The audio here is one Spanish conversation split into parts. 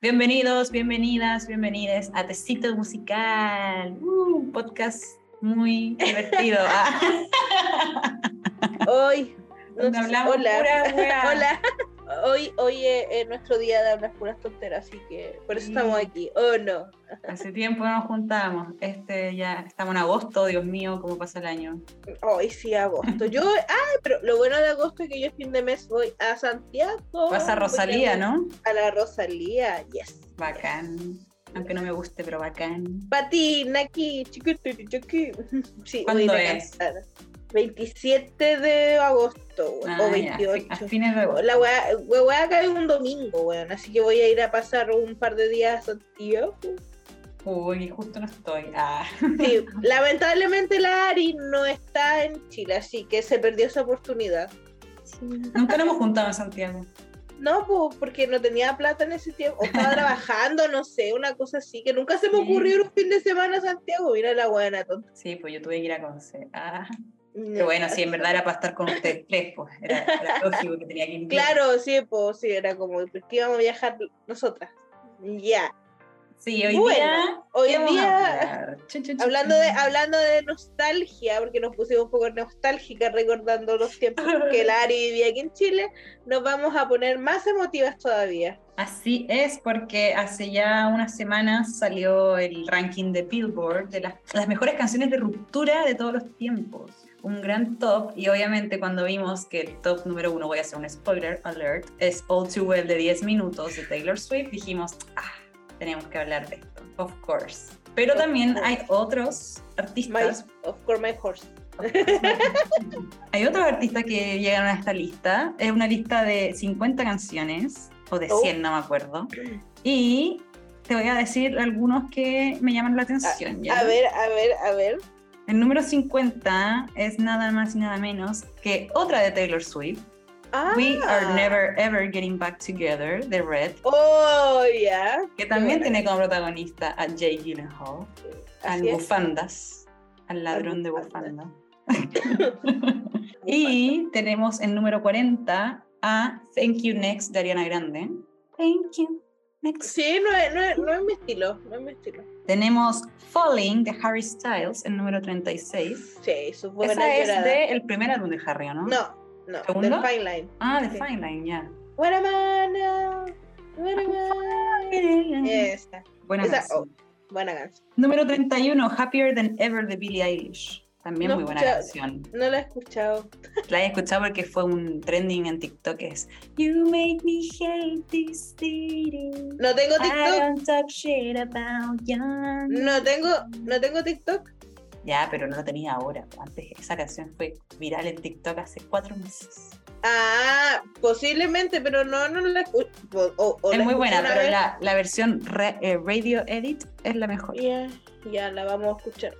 Bienvenidos, bienvenidas, bienvenides a Tecito Musical, uh, un podcast muy divertido. ¿ah? Hoy Donde nos- hablamos hola. pura wea. Hola. Hoy, hoy es, es nuestro día de hablar puras tonteras, así que por eso Sí. estamos aquí. Oh no. Hace tiempo no nos juntábamos, este ya estamos en agosto, Dios mío, cómo pasa el año. Hoy sí, agosto. Yo, ah, pero lo bueno de agosto es que yo fin de mes voy a Santiago. Vas a Rosalía, ¿no? A la Rosalía, yes. Bacán, aunque no me guste, pero bacán. Patina aquí, chico, aquí. Sí, ¿Cuándo voy a ir a es? cantar. 27 de agosto, weón, Ah, o ya, fi- 28. a fines de agosto. La weá, we- weá cae un domingo, weón, así que voy a ir a pasar un par de días a Santiago. Uy, justo no estoy. Ah. Sí, lamentablemente la Ari no está en Chile, así que se perdió esa oportunidad. Nunca nos hemos juntado en Santiago. No, pues porque no tenía plata en ese tiempo, o estaba trabajando, no sé, una cosa así, que nunca se me Sí. ocurrió ir un fin de semana a Santiago, mira la buena tonta. Sí, pues yo tuve que ir a Conce. Ah. Pero bueno, sí, en verdad era para estar con ustedes tres, pues era, era lógico que tenía que ir. Claro, sí, pues sí, era como, ¿por qué íbamos a viajar nosotras? Ya, Sí, hoy Bueno, día. hoy ¿qué vamos a día- hablar? Chun, chun, chun, hablando de, chun. hablando de nostalgia, porque nos pusimos un poco nostálgicas recordando los tiempos que la Ari vivía aquí en Chile, nos vamos a poner más emotivas todavía. Así es, porque hace ya unas semanas salió el ranking de Billboard de las, las mejores canciones de ruptura de todos los tiempos. Un gran top, y obviamente cuando vimos que el top número uno, voy a hacer un spoiler alert, es All Too Well de 10 minutos de Taylor Swift, dijimos, ah, tenemos que hablar de esto, of course. Pero Of también course. hay otros My, artistas of course, my horse. Hay otros artistas que llegaron a esta lista. Es una lista de 50 canciones, o de Oh. 100, no me acuerdo. Y te voy a decir algunos que me llaman la atención. ¿ya? A ver, a ver, a ver. El número 50 es nada más y nada menos que otra de Taylor Swift. Ah. We Are Never Ever Getting Back Together, de Red, Oh, ya. que también buena. tiene como protagonista a Jake Gyllenhaal, al Así es. Bufandas, al ladrón de Bufandas. Bufandas. Y tenemos en número 40 a Thank You Next de Ariana Grande. Thank You Next. Sí, no es, no, es, no es mi estilo, no es mi estilo. Tenemos Falling de Harry Styles en número 36. Sí, su buena Esa es llorada. del primer álbum de Harry, ¿o ¿no? No, no, ¿Segundo? del Fine Line. Ah, de Sí. Fine Line, ya. Buena mano, buena Ah, mano. Eh, Esa, Buena esa, canción. buena canción. Número 31, Happier Than Ever de Billie Eilish. También No muy buena escucha- canción. No la he escuchado. La he escuchado porque fue un trending en TikTok. Es You make me hate this city. No tengo I TikTok. don't talk shit about you. No tengo, no tengo TikTok. Ya, pero no lo tenía ahora. Antes esa canción fue viral en TikTok hace cuatro meses. Ah, posiblemente, pero no, no la escucho. O- o es la muy escuché buena, una pero vez. la, la versión re- eh, radio edit es la mejor. Ya, ya la vamos a escuchar.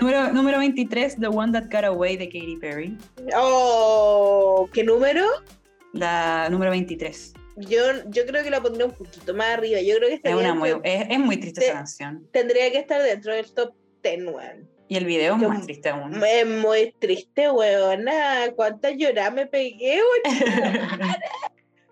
número, número 23, The One That Got Away de Katy Perry. Oh, ¿qué número? La número 23. Yo, yo creo que la pondría un poquito más arriba. Yo creo que Es, estaría una muy, dentro- es, es muy triste Sí. esa canción. tendría que estar dentro del top 10, weón. Y el video es Yo- más triste aún. Es muy triste, weona. Cuánta llorada me pegué, weón.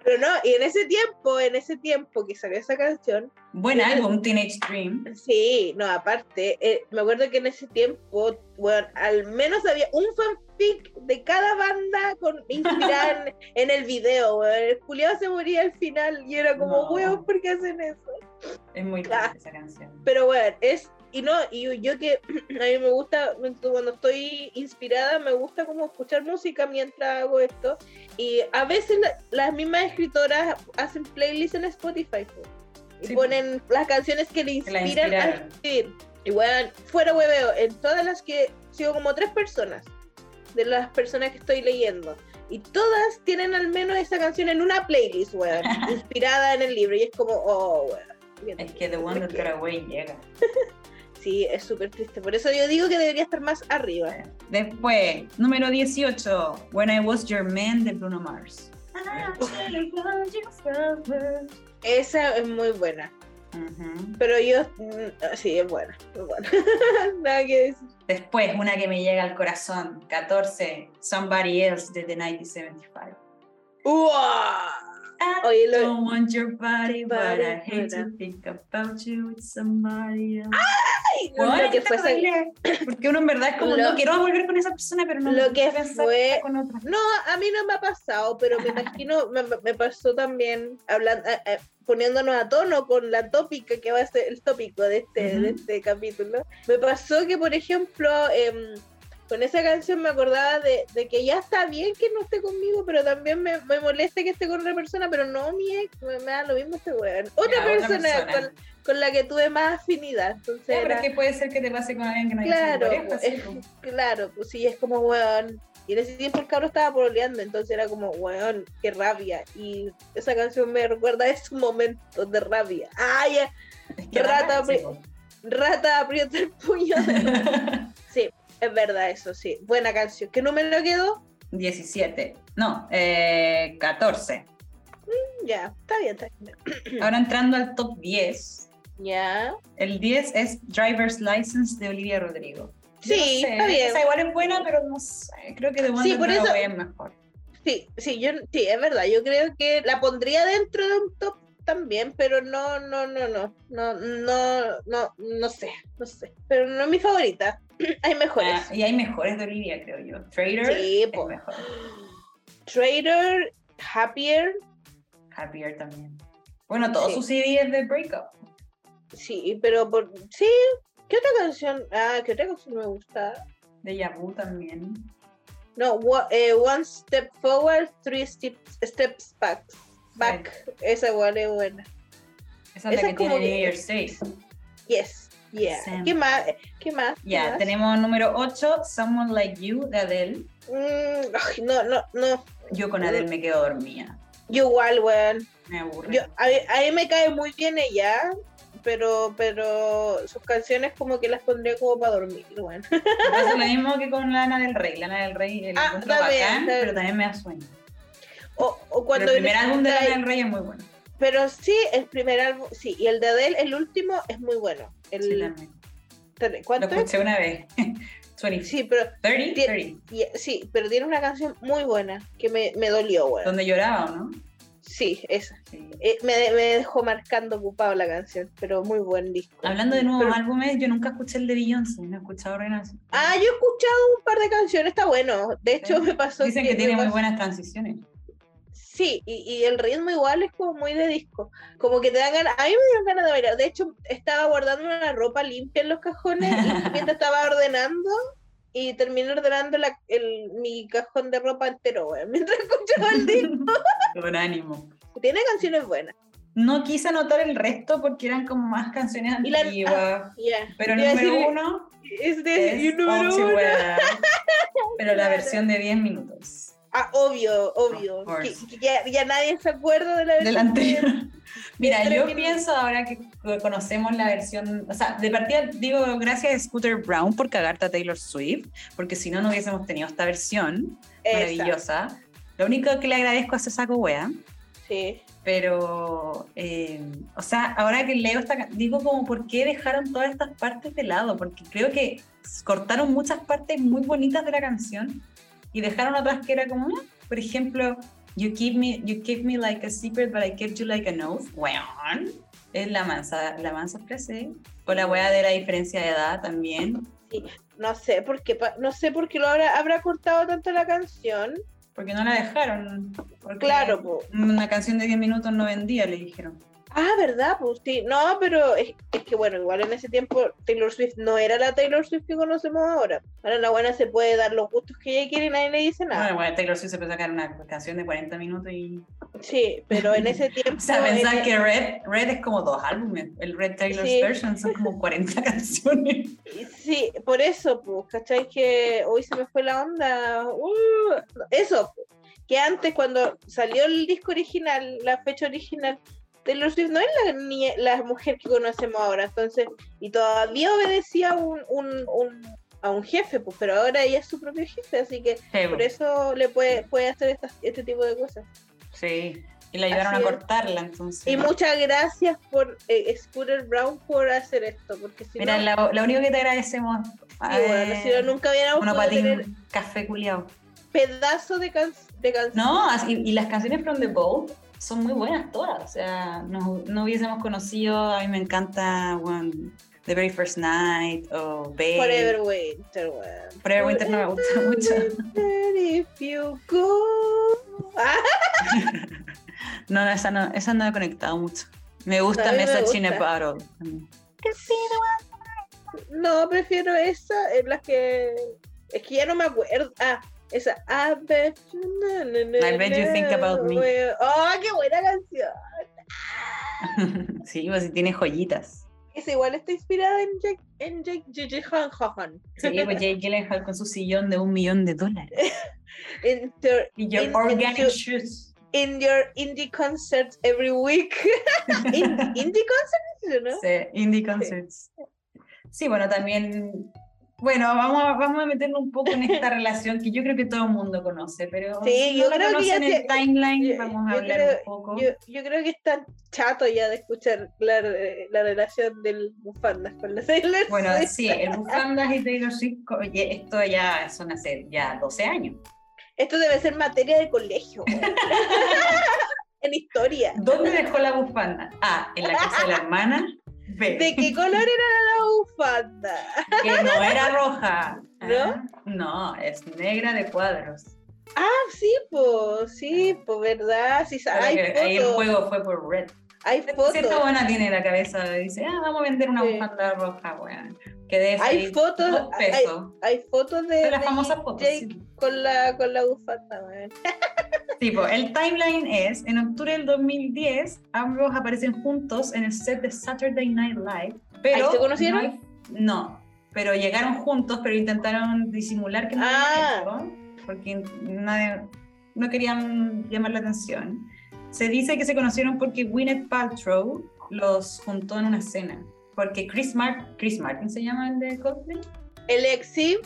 Pero no, y en ese tiempo, en ese tiempo que salió esa canción, Buen álbum, Teenage Dream. sí, no, aparte, eh, me acuerdo que en ese tiempo, weón, al menos había un fanfic de cada banda con inspirada en, en el video, weón. El culiao se moría al final y era como, No. weón, ¿por qué hacen eso? Es muy triste Ah. esa canción. Pero bueno, es. Y no, y yo que a mí me gusta, cuando estoy inspirada, me gusta como escuchar música mientras hago esto. Y a veces la- las mismas escritoras hacen playlists en Spotify. po. Y Sí, po. ponen las canciones que le Que la inspiran a inspiraron. escribir. Y bueno, fuera hueveo, en todas las que sigo como tres personas, de las personas que estoy leyendo. Y todas tienen al menos esa canción en una playlist, weón, inspirada en el libro. Y es como, oh, weón. Es que The One That Porque- Got Away llega. Sí, es súper triste. Por eso yo digo que debería estar más arriba. Después, número 18, When I Was Your Man de Bruno Mars. Ah. Esa es muy buena. Ujú. Pero yo. mm, Sí, es buena. Es buena. Nada que decir. Después, una que me llega al corazón, 14, Somebody Else de The 1975. ¡Uah! I Oye, Oh, lo- don't want your body, but I Body, hate to pero- think about you with somebody else. Ay, Bueno, Ah, lo que esta fue esa- baile, Porque uno en verdad es como, Lo- no quiero volver con esa persona, pero no lo quiero que pensar fue- con otra. No, a mí no me ha pasado, pero me imagino, me, me pasó también hablando, eh, eh, poniéndonos a tono con la tópica que va a ser el tópico de este, de Ujú. este capítulo. Me pasó que, por ejemplo, em, con esa canción me acordaba de, de que ya está bien que no esté conmigo, pero también me, me molesta que esté con otra persona, pero no mi ex, me, me da lo mismo este weón. Otra Ya, otra persona, persona. Con, con la que tuve más afinidad. Entonces Ya, pero era- es que puede ser que te pase con alguien que no haya sido Claro, pareja, pues, sí, es- pues. claro, pues sí, es como, weón. Y en ese tiempo el cabro estaba pololeando, entonces era como, weón, qué rabia. Y esa canción me recuerda a esos momentos de rabia. ¡Ay! eh, Es que rata, sí, pe- pues. Rata, aprieta el puño. sí, es verdad eso, sí. Buena canción. ¿Qué número quedó? 17. No, eh, 14. Ya, está bien, está bien. Ahora entrando al top 10. Ya. El 10 es Driver's License de Olivia Rodrigo. Yo no Sí, sé, está bien. esa igual es buena, pero no sé. Creo que de Wonder por Girl eso- es mejor. Sí, sí, yo, sí, es verdad. Yo creo que la pondría dentro de un top también, pero no, no, no, no, no, no, no, no sé, no sé. Pero no es mi favorita. Hay mejores. Ah, y hay mejores de Olivia, creo yo. Trader Sí, es po. mejor. Trader, Happier, Happier también. Bueno, todo Sí. su CD es de Breakup. sí, pero por, sí. ¿Qué otra canción? Ah, ¿qué otra canción me gusta? De Yabu también. No, wo- eh, One Step Forward, Three steps, Steps Back. Back. Esa igual es buena. Esa es Esa la es que como tiene que- New Year's Day. Yes. Yeah. Sam. ¿Qué más? ¿Qué más? ¿Qué Ya, más? tenemos número 8, Someone Like You de Adele. Mm, ay, no, no, no. Yo Uh. con Adele me quedo dormida. Yo igual, weón. Me aburre. Yo, a, mí, a mí me cae muy bien ella, pero, pero sus canciones como que las pondría como para dormir, bueno. Me pasa lo mismo que con Lana del Rey. Lana del Rey el Ah, encuentro está bien, bacán, está bien. pero también me da sueño. O, o Pero cuando el primer eres- álbum de Lana trae- del Rey es muy bueno. Pero sí, el primer álbum, sí, y el de Adele, el último, es muy bueno. El, Sí, también. tre- Lo ¿Cuánto es? escuché una vez. 20, Sí pero, 30, Tien- 30. y- sí, pero tiene una canción muy buena que me, me dolió, bueno. Donde lloraba, ¿o ¿no? Sí, esa. Sí. Eh, me, de- me dejó marcando ocupado la canción, pero muy buen disco. Hablando de nuevos Pero- álbumes, yo nunca escuché el de Beyoncé. No he escuchado Renace. Ah, yo he escuchado un par de canciones, está bueno. De hecho, Sí. me pasó Dicen que me tiene muy pasó- buenas transiciones. Sí, y, y el ritmo igual es como muy de disco. Como que te dan ganas, a mí me dieron ganas de bailar. De hecho, estaba guardando una ropa limpia en los cajones y mientras estaba ordenando y terminé ordenando la- el, mi cajón de ropa entero, weón, mientras escuchaba el disco. Con ánimo. Tiene canciones buenas. No quise anotar el resto porque eran como más canciones Y la- antiguas. Ya. Pero el Iba a número decir, uno Es de es y número All Too uno. Well, pero la Claro. versión de 10 minutos Ah, obvio, obvio. Of course. Que- que ya, ya nadie se acuerda de la del anterior. Mira, Tres yo minutos. pienso ahora que conocemos la versión, o sea, de partida digo gracias a Scooter Brown por cagarte a Taylor Swift, porque si no, no hubiésemos tenido esta versión Esa, maravillosa. Lo único que le agradezco es ese saco wea, Sí. pero, eh, o sea, ahora que leo esta, ca- digo como, ¿por qué dejaron todas estas partes de lado? Porque creo que cortaron muchas partes muy bonitas de la canción y dejaron otras que era como, "Ah", por ejemplo, you keep me, you keep me like a secret, but I kept you like an oath. Weón. Es la mansa, la mansa frase. O la wea de la diferencia de edad también. No sé por qué, pa- no sé por qué lo habrá, habrá cortado tanto la canción. Porque no la dejaron. Porque Claro, po. Una canción de 10 minutos no vendía, le dijeron. Ah, ¿verdad? Pues sí. No, pero es, es que bueno, igual en ese tiempo Taylor Swift no era la Taylor Swift que conocemos ahora. Ahora la buena se puede dar los gustos que ella quiere y nadie le dice nada. Bueno, bueno, Taylor Swift se puede sacar una canción de 40 minutos y Sí, pero en ese tiempo... O sea, pensar era- que Red, Red es como dos álbumes. El Red Taylor's Sí. Version son como 40 canciones. Sí, por eso, pues, ¿cachai? Que hoy se me fue la onda. Uh, eso, pues, que antes cuando salió el disco original, la fecha original, Taylor Swift no es la, niña- la mujer que conocemos ahora, entonces, y todavía obedecía a un, un- un- a un jefe, pues, pero ahora ella es su propio jefe, así que por pues. eso le puede, puede hacer estas- este tipo de cosas. Sí. Y la ayudaron Así a es. cortarla, entonces. Y muchas gracias por eh, Scooter Brown por hacer esto, porque si Mira, eh, no, lo, lo único que te agradecemos. sí, bueno, si no, nunca hubiéramos uno podido patín, tener café culiao. pedazo de, can- de canción. No, así- y, las canciones from the Bowl son muy buenas todas. O sea, no, no hubiésemos conocido, a mí me encanta bueno, The Very First Night o Babe. Forever Winter, weón. Forever Winter no me gusta mucho. Winter if you go. Ah, No, no, esa no, esa no he conectado mucho. Me gusta A mí me Message in a gusta. Bottle. no, prefiero esa, en las que. Es que ya no me acuerdo. Ah, esa. I bet you, na, na, na, I bet you na, think about me. weón. Oh, qué buena canción. sí, pues si tiene joyitas. Esa igual está inspirada en Jake, en Jake Gyllenhaal. Sí, pues Jake Gyllenhaal con su sillón de un millón de dólares. In their- Y your In- organic in- shoes. in your indie concerts every week. In- indie concerts, you know? Sí, indie concerts. Sí, bueno, también... Bueno, vamos a, vamos a meternos un poco en esta relación que yo creo que todo el mundo conoce, pero Sí, si no yo la creo que conocen ya en se- el timeline, yo- vamos a yo hablar creo- un poco. Yo, yo creo que están chato ya de escuchar la, eh, la relación del bufandas con la Sailor. Bueno, Swift. sí, el Bufandas y Taylor Swift, co- ye- esto ya son hace ya 12 años. Esto debe ser materia de colegio. güey. en historia. ¿Dónde dejó la bufanda? A, en la casa de la hermana. B, ¿De qué color era la bufanda? que no era roja. ¿No? Ah, No, es negra de cuadros. Ah, sí, pues, sí, pues, ¿verdad? Sí, sa- Pero hay que ahí el fotos. juego fue por red. Hay Cierta fotos. buena tiene la cabeza, dice, ah, vamos a vender una Sí. bufanda roja, weón. Que de Hay seis- fotos, dos hay- pesos. Hay fotos de, Son las de famosas fotos. Jake sí. con la, con la bufanda, güey. Tipo, el timeline es, en octubre del 2010, ambos aparecen juntos en el set de Saturday Night Live, pero... ¿Ahí se No, conocieron? hay- no, pero llegaron juntos, pero intentaron disimular que no Ah. habían hecho, porque nadie- no querían llamar la atención. Se dice que se conocieron porque Gwyneth Paltrow los juntó en una cena, porque Chris, Mar Chris Martin, ¿se llama el de Coldplay? El exim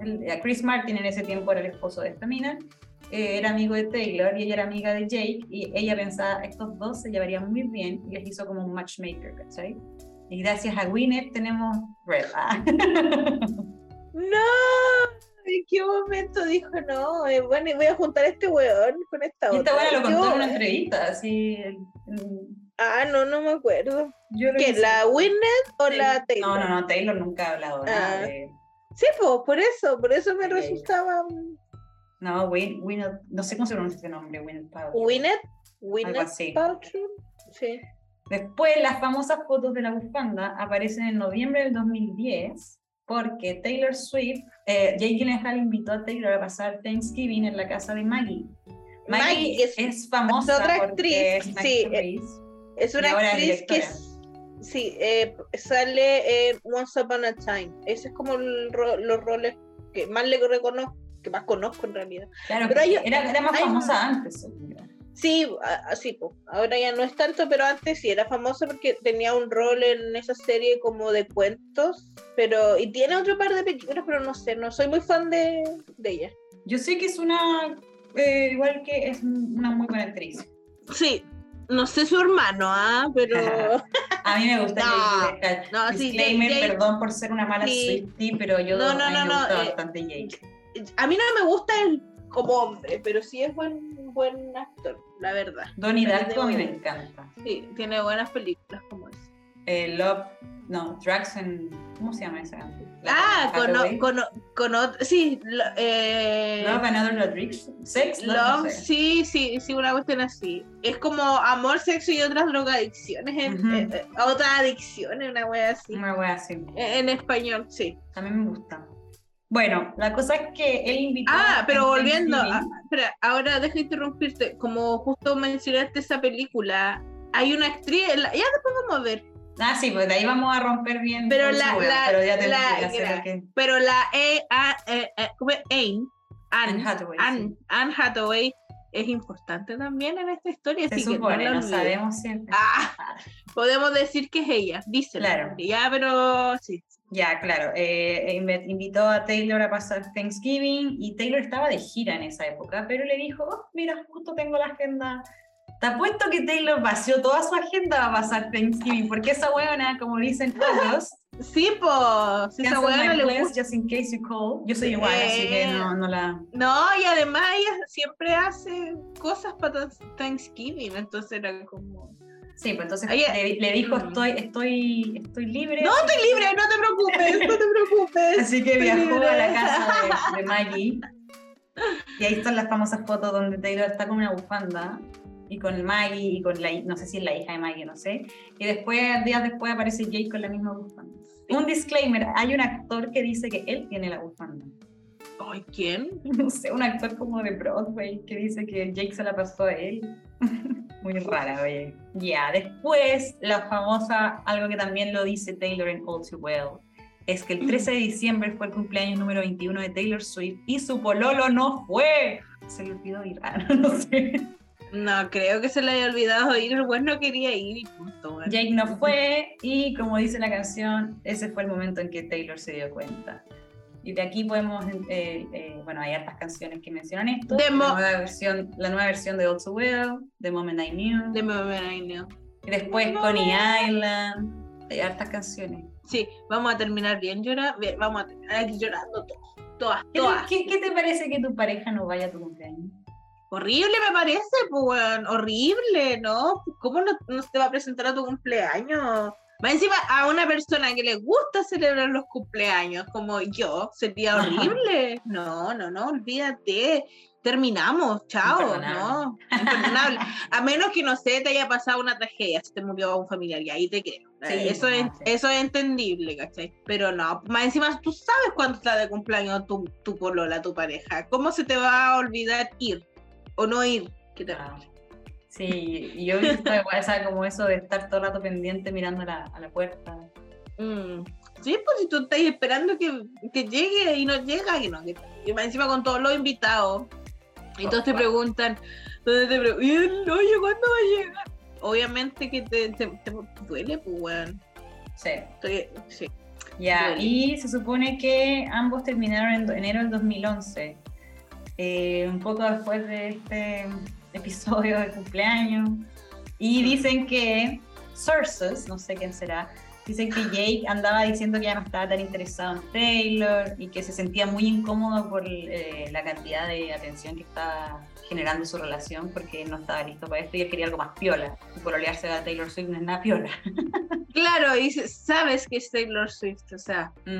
el- a Chris Martin en ese tiempo era el esposo de esta mina, eh, era amigo de Taylor y ella era amiga de Jake y ella pensaba, estos dos se llevarían muy bien y les hizo como un matchmaker, ¿cachai? Y gracias a Gwyneth tenemos Red. Ah. No, ¿en qué momento dijo no? eh, bueno, y voy a juntar a este weón con esta Y esta otra? buena lo contó en Yo- eh, una entrevista, así... mm, Ah, no, no me acuerdo. Yo lo ¿Que hice- la Winnet o la Taylor? No, no, no, Taylor nunca ha hablado nada Ah. de... Sí, pues, por eso, por eso me Ok. resultaba mm, No, Gwyn- Gwyneth, no sé cómo se pronuncia ese nombre, Gwyneth Paltrow. Winnet, Algo Winnet así. Paltrow. Sí. Después, las famosas fotos de la bufanda aparecen en noviembre del 2010 porque Taylor Swift, eh, Jake Gyllenhaal invitó a Taylor a pasar Thanksgiving en la casa de Maggie. Maggie, Maggie, que es, es- famosa es otra porque actriz, es una sí, eh, actriz. Es Y una ahora es actriz que directora. s- sí, eh, sale en Once Upon a Time. Ese es como el ro- los roles que más le reconozco, que más conozco en realidad. Claro, pero hay- era, era más hay- famosa antes. según yo. Sí, a- así, po. ahora ya no es tanto, pero antes sí era famosa porque tenía un rol en esa serie como de cuentos, pero y tiene otro par de películas, pero no sé, no soy muy fan de, de ella. Yo sé que es una, eh, igual que es una muy buena actriz. Sí, no sé su hermano, ah, pero A mí me gusta No, Jake Gyllenhaal. no, sí, Disclaimer, Jake- Jake- perdón por ser una mala Sí. Swiftie, pero yo No, a no, mí no, me no, gusta eh, bastante Jake. a mí no me gusta él como hombre, pero sí es buen buen actor, la verdad. Donnie pero Darko a mí me de- encanta. Sí, tiene buenas películas como esa. eh, Love, no, Drugs and, ¿cómo se llama esa? Ah, con, Hathaway. con, con otro, sí, lo- eh, Love and Other Drugs, Sex, Love, no Love, sé. sí, sí, sí, una cuestión así. Es como amor, sexo y otras drogadicciones, en- Ujú. eh, eh, otras adicciones, una wea así. Una wea así, E- En español, sí. también me gusta. Bueno, la cosa es que él invitó Ah, a pero Thanksgiving. volviendo, ah. a- espera, ahora deja de interrumpirte, como justo mencionaste esa película, hay una actriz, en la- ya después vamos a ver, Ah, sí, pues de ahí vamos a romper bien. Pero con su la- wea, la- pero ya te la- que hacer lo que... pero la E, A, eh, eh, ¿cómo es? Anne, Anne Anne, Hathaway, Anne, sí. Anne Hathaway es importante también en esta historia, Se así supone, que no, la no olvides. sabemos siempre. Ah, podemos decir que es ella, dice. Claro. Ya, pero sí. Ya, claro. eh, inve- invitó a Taylor a pasar Thanksgiving y Taylor estaba de gira en esa época, pero le dijo, "Oh, mira, justo tengo la agenda Te apuesto que Taylor vació toda su agenda a pasar Thanksgiving, porque esa huevona, como dicen todos, Sí, pues, si esa cancel weá my no le plans gusta. just in case you call. Yo soy igual, así que no, no la... No, y además ella siempre hace cosas para Thanksgiving, entonces era como... Sí, pues entonces Ella- le, le dijo, estoy, estoy, estoy libre. No, estoy libre, no te preocupes, no te preocupes. Así que Estoy viajó libre. a la casa de, de Maggie. Y ahí están las famosas fotos donde Taylor está con una bufanda y con Maggie y con la, hi- no sé si es la hija de Maggie, no sé. Y después, días después aparece Jake con la misma bufanda. Un disclaimer, hay un actor que dice que él tiene la bufanda. Ay, ¿quién? No sé, un actor como de Broadway que dice que Jake se la pasó a él. Muy rara, oye. Ya, después la famosa, algo que también lo dice Taylor en All Too Well, es que el 13 de diciembre fue el cumpleaños número 21 de Taylor Swift y su pololo no fue. Se le olvidó ir, ah, no sé. No, creo que se le haya olvidado ir, el güey no quería ir y punto. weón. Jake no fue y como dice la canción, ese fue el momento en que Taylor se dio cuenta. Y de aquí podemos, eh, eh, bueno, hay hartas canciones que mencionan esto. la, The Mo- nueva versión, la nueva versión de All Too Well, The Moment I Knew, De momento, ay, no. y después The Coney Island, hay hartas canciones. Sí, vamos a terminar bien llorando, vamos a terminar aquí llorando todos, todas, ¿Qué te, todas. qué- qué te parece que tu pareja no vaya a tu cumpleaños? Horrible me parece, pues, weón, horrible, ¿no? ¿Cómo no, no te va a presentar a tu cumpleaños? Más encima, a una persona que le gusta celebrar los cumpleaños, como yo, sería Ajá. horrible. No, no, no, olvídate. Terminamos, chao, Imperdonable. ¿no? Imperdonable. A menos que, no sé, te haya pasado una tragedia, se te murió un familiar y ahí te creo. Sí, Eh, eso, no, es, sí. eso es entendible, ¿cachai? Pero no, más encima tú sabes cuándo está de cumpleaños tu, tu polola, tu pareja. ¿Cómo se te va a olvidar ir o no ir? ¿Qué te Ah, Sí, y yo he visto igual, o sea, como eso de estar todo el rato pendiente mirando la- a la puerta. Mm. Sí, pues si tú estás esperando que, que llegue y no llega, que no, que- y más encima con todos los invitados. Y todos te preguntan, entonces te preguntan, oye, ¿cuándo va a llegar? Obviamente que te, te, te duele, pues, weón. Sí. Estoy- sí. Ya, Duele. y se supone que ambos terminaron en do- enero del 2011, eh, un poco después de este episodio de cumpleaños. Y dicen que sources, no sé quién será, dicen que Jake andaba diciendo que ya no estaba tan interesado en Taylor y que se sentía muy incómodo por eh, la cantidad de atención que estaba generando su relación porque no estaba listo para esto y él quería algo más piola. Y por olearse a Taylor Swift no es nada piola. Claro, y se- sabes que es Taylor Swift, o sea, Ujú.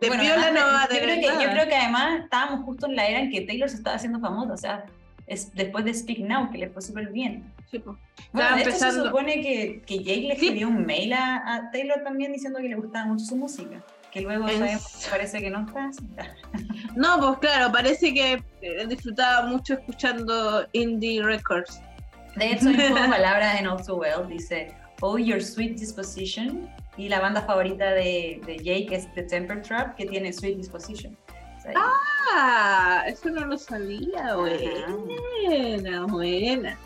de Bueno, viola además, no va a yo, creo tener que, yo nada. creo que además estábamos justo en la era en que Taylor se estaba haciendo famosa, o sea, es después de Speak Now, que le fue súper bien. Sí, pues. po. Bueno, Estaba de hecho, se empezando. supone que, que Jake le Sí. escribió un mail a, a Taylor también diciendo que le gustaba mucho su música, que luego En sabemos s- que parece que no está así. No, pues claro, parece que eh, disfrutaba mucho escuchando indie records. De hecho, hay una palabra en All Too Well, dice, Oh, Your Sweet Disposition, y la banda favorita de, de Jake es The Temper Trap, que tiene Sweet Disposition. O sea, Ah, eso no lo sabía, ajá, buena, buena.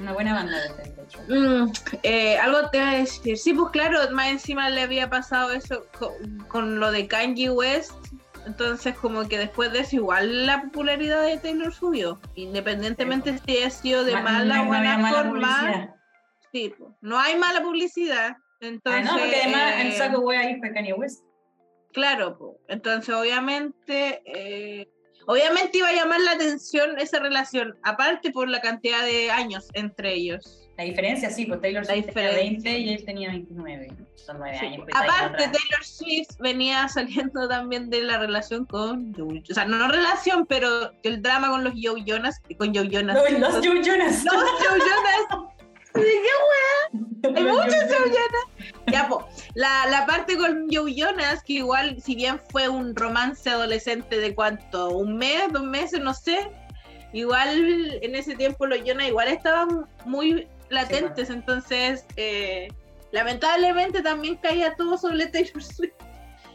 una buena banda de Temper Trap. Mm, eh, algo te iba a decir. Sí, pues claro, más encima le había pasado eso co- con, lo de Kanye West. Entonces, como que después de eso, igual la popularidad de Taylor subió. Independientemente si haya sido de Ma- mala no- o no buena había mala forma. publicidad. Sí, pues, no hay mala publicidad. Ah, Entonces, no, porque además el eh, saco wea ahí fue Kanye West. Claro, po. entonces obviamente, eh, obviamente iba a llamar la atención esa relación, aparte por la cantidad de años entre ellos. La diferencia, sí, pues Taylor La Swift tenía diferencia. 20 y él tenía 29. Son 9 Sí, años. po. pues, aparte, está ahí atrás. Taylor Swift venía saliendo también de la relación con Joe, o sea, no, no relación, pero el drama con los Joe Jonas, con Joe Jonas. No, los Joe Jonas. Los Joe Jonas. Hay Los muchos Joe Joe Jonas. Ya, po. La, la parte con Joe Jonas, que igual, si bien fue un romance adolescente de cuánto, un mes, dos meses, no sé, igual en ese tiempo los Jonas igual estaban muy latentes, entonces, eh, lamentablemente también caía todo sobre Taylor Swift.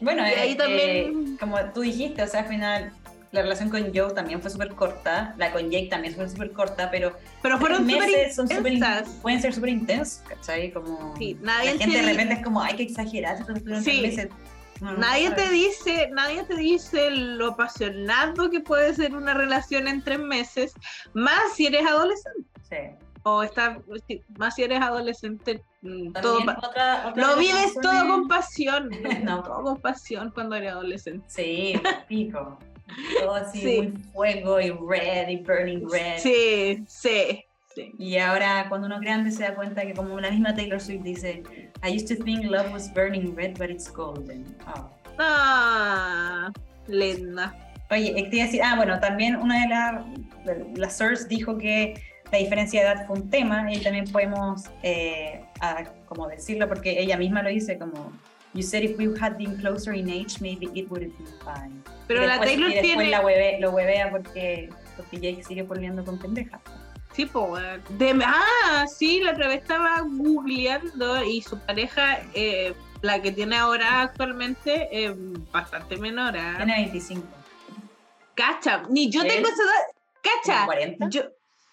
Bueno, Y eh, ahí también- eh, como tú dijiste, o sea, al final la relación con Joe también fue súper corta, la con Jake también fue súper corta, pero Pero Ah, fueron tres súper meses son súper in- intensas. pueden ser súper intensos, ¿cachai? Como Sí, la nadie gente te de di- repente es como, hay que exagerar, pero fueron tres Sí. meses. No, no, Nadie no, te dice, nadie te dice lo apasionado que puede ser una relación en tres meses, más si eres adolescente. sí. o estás, si- más si eres adolescente, mm, todo También pa- otra- otra de lo las vives todo canciones- con pasión, No. todo con pasión cuando eres adolescente. Sí, pico. Todo así, Sí. muy fuego y red y burning red. Sí, sí, sí. Y ahora cuando uno es grande se da cuenta que como la misma Taylor Swift dice, I used to think love was burning red, but it's golden. Oh. Ah, Lena. Oye, eh, te iba a decir, ah, bueno, también una de las, la source dijo que la diferencia de edad fue un tema y también podemos, eh, ah, como decirlo, porque ella misma lo dice como, you said if we had been closer in age, maybe it would have been fine. Pero Y la después- Taylor y después tiene. la hueve- lo huevea porque, porque Jake sigue volviendo con pendejas. Sí, po, weón. De- ah, sí, la otra vez estaba googleando y su pareja, eh, la que tiene ahora actualmente, eh, bastante menor. ah. Tiene 25. Cacha, ni yo ¿Él? tengo esa edad. ¿Tiene Cacha, 40? yo,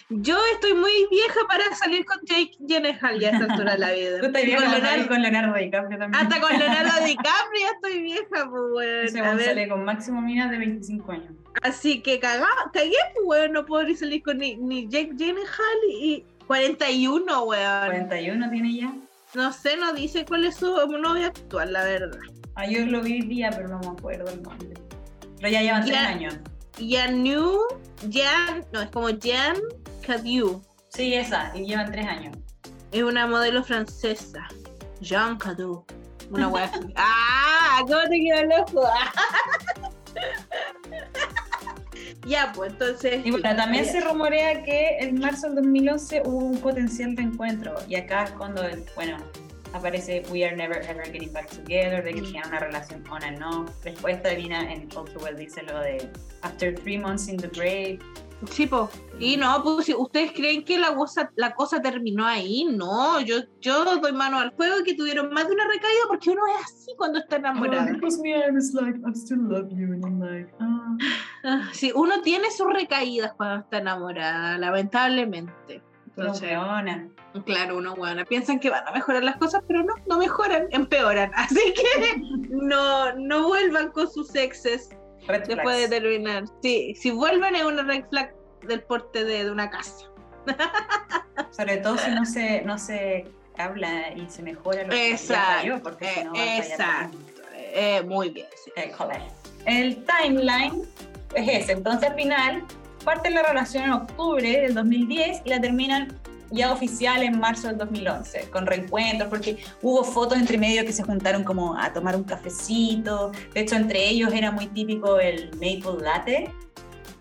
yo estoy muy vieja para salir con Jake Gyllenhaal ya a esta altura de la vida. Tú estás Y bien con con Leonardo- Ah, con Leonardo DiCaprio también. hasta con Leonardo DiCaprio estoy vieja, pues, Ese weón. A weón ver, sale con máximo minas de 25 años. Así que cagá, cagué, pues, weón, no puedo ni salir con ni, ni Jake Gyllenhaal y 41, weón. 41 tiene ya. No sé, no dice cuál es su novia actual, la verdad. Ah, yo lo vi hoy día, pero no me acuerdo el nombre. Pero ya llevan Ya. tres años. Yanu, Jan, no, es como Jan Cadieu, Sí, esa, y llevan tres años. es una modelo francesa. Jean Cadieu, una wea así. ¡Ah! ¿Cómo te quedó el ojo? ya, pues, entonces... Y bueno, también ya. se rumorea que en marzo del 2011 hubo un potencial reencuentro. Y acá es cuando, bueno, aparece We Are Never Ever Getting Back Together, de que Mm. tenían una relación on and off. Después Davina en Cultural dice lo de After Three Months in the Grave. Sí, po. Y no, pues si ustedes creen que la cosa, la cosa terminó ahí, no, yo, yo doy mano al fuego que tuvieron más de una recaída porque uno es así cuando está Ah, enamorado. me, I was like, I still love you. And I'm like, ah. Ah, Sí, uno tiene sus recaídas cuando está enamorada, lamentablemente. Pero Entonces, weona. claro, uno, bueno, piensan que van a mejorar las cosas, pero no, no mejoran, empeoran. Así que no, no vuelvan con sus exes Red después de flags. terminar. Sí, si vuelven es una red flag del porte de, de una casa. Sobre todo si no se, no se habla y se mejora lo que ya Exacto, falló, porque si no va a eh, fallar exacto. también. Eh, muy bien, sí. École. El timeline es ese. Entonces, al final, parten la relación en octubre del 2010 y la terminan ya oficial en marzo del 2011, con reencuentros, porque hubo fotos entre medio que se juntaron como a tomar un cafecito. De hecho, entre ellos era muy típico el maple latte,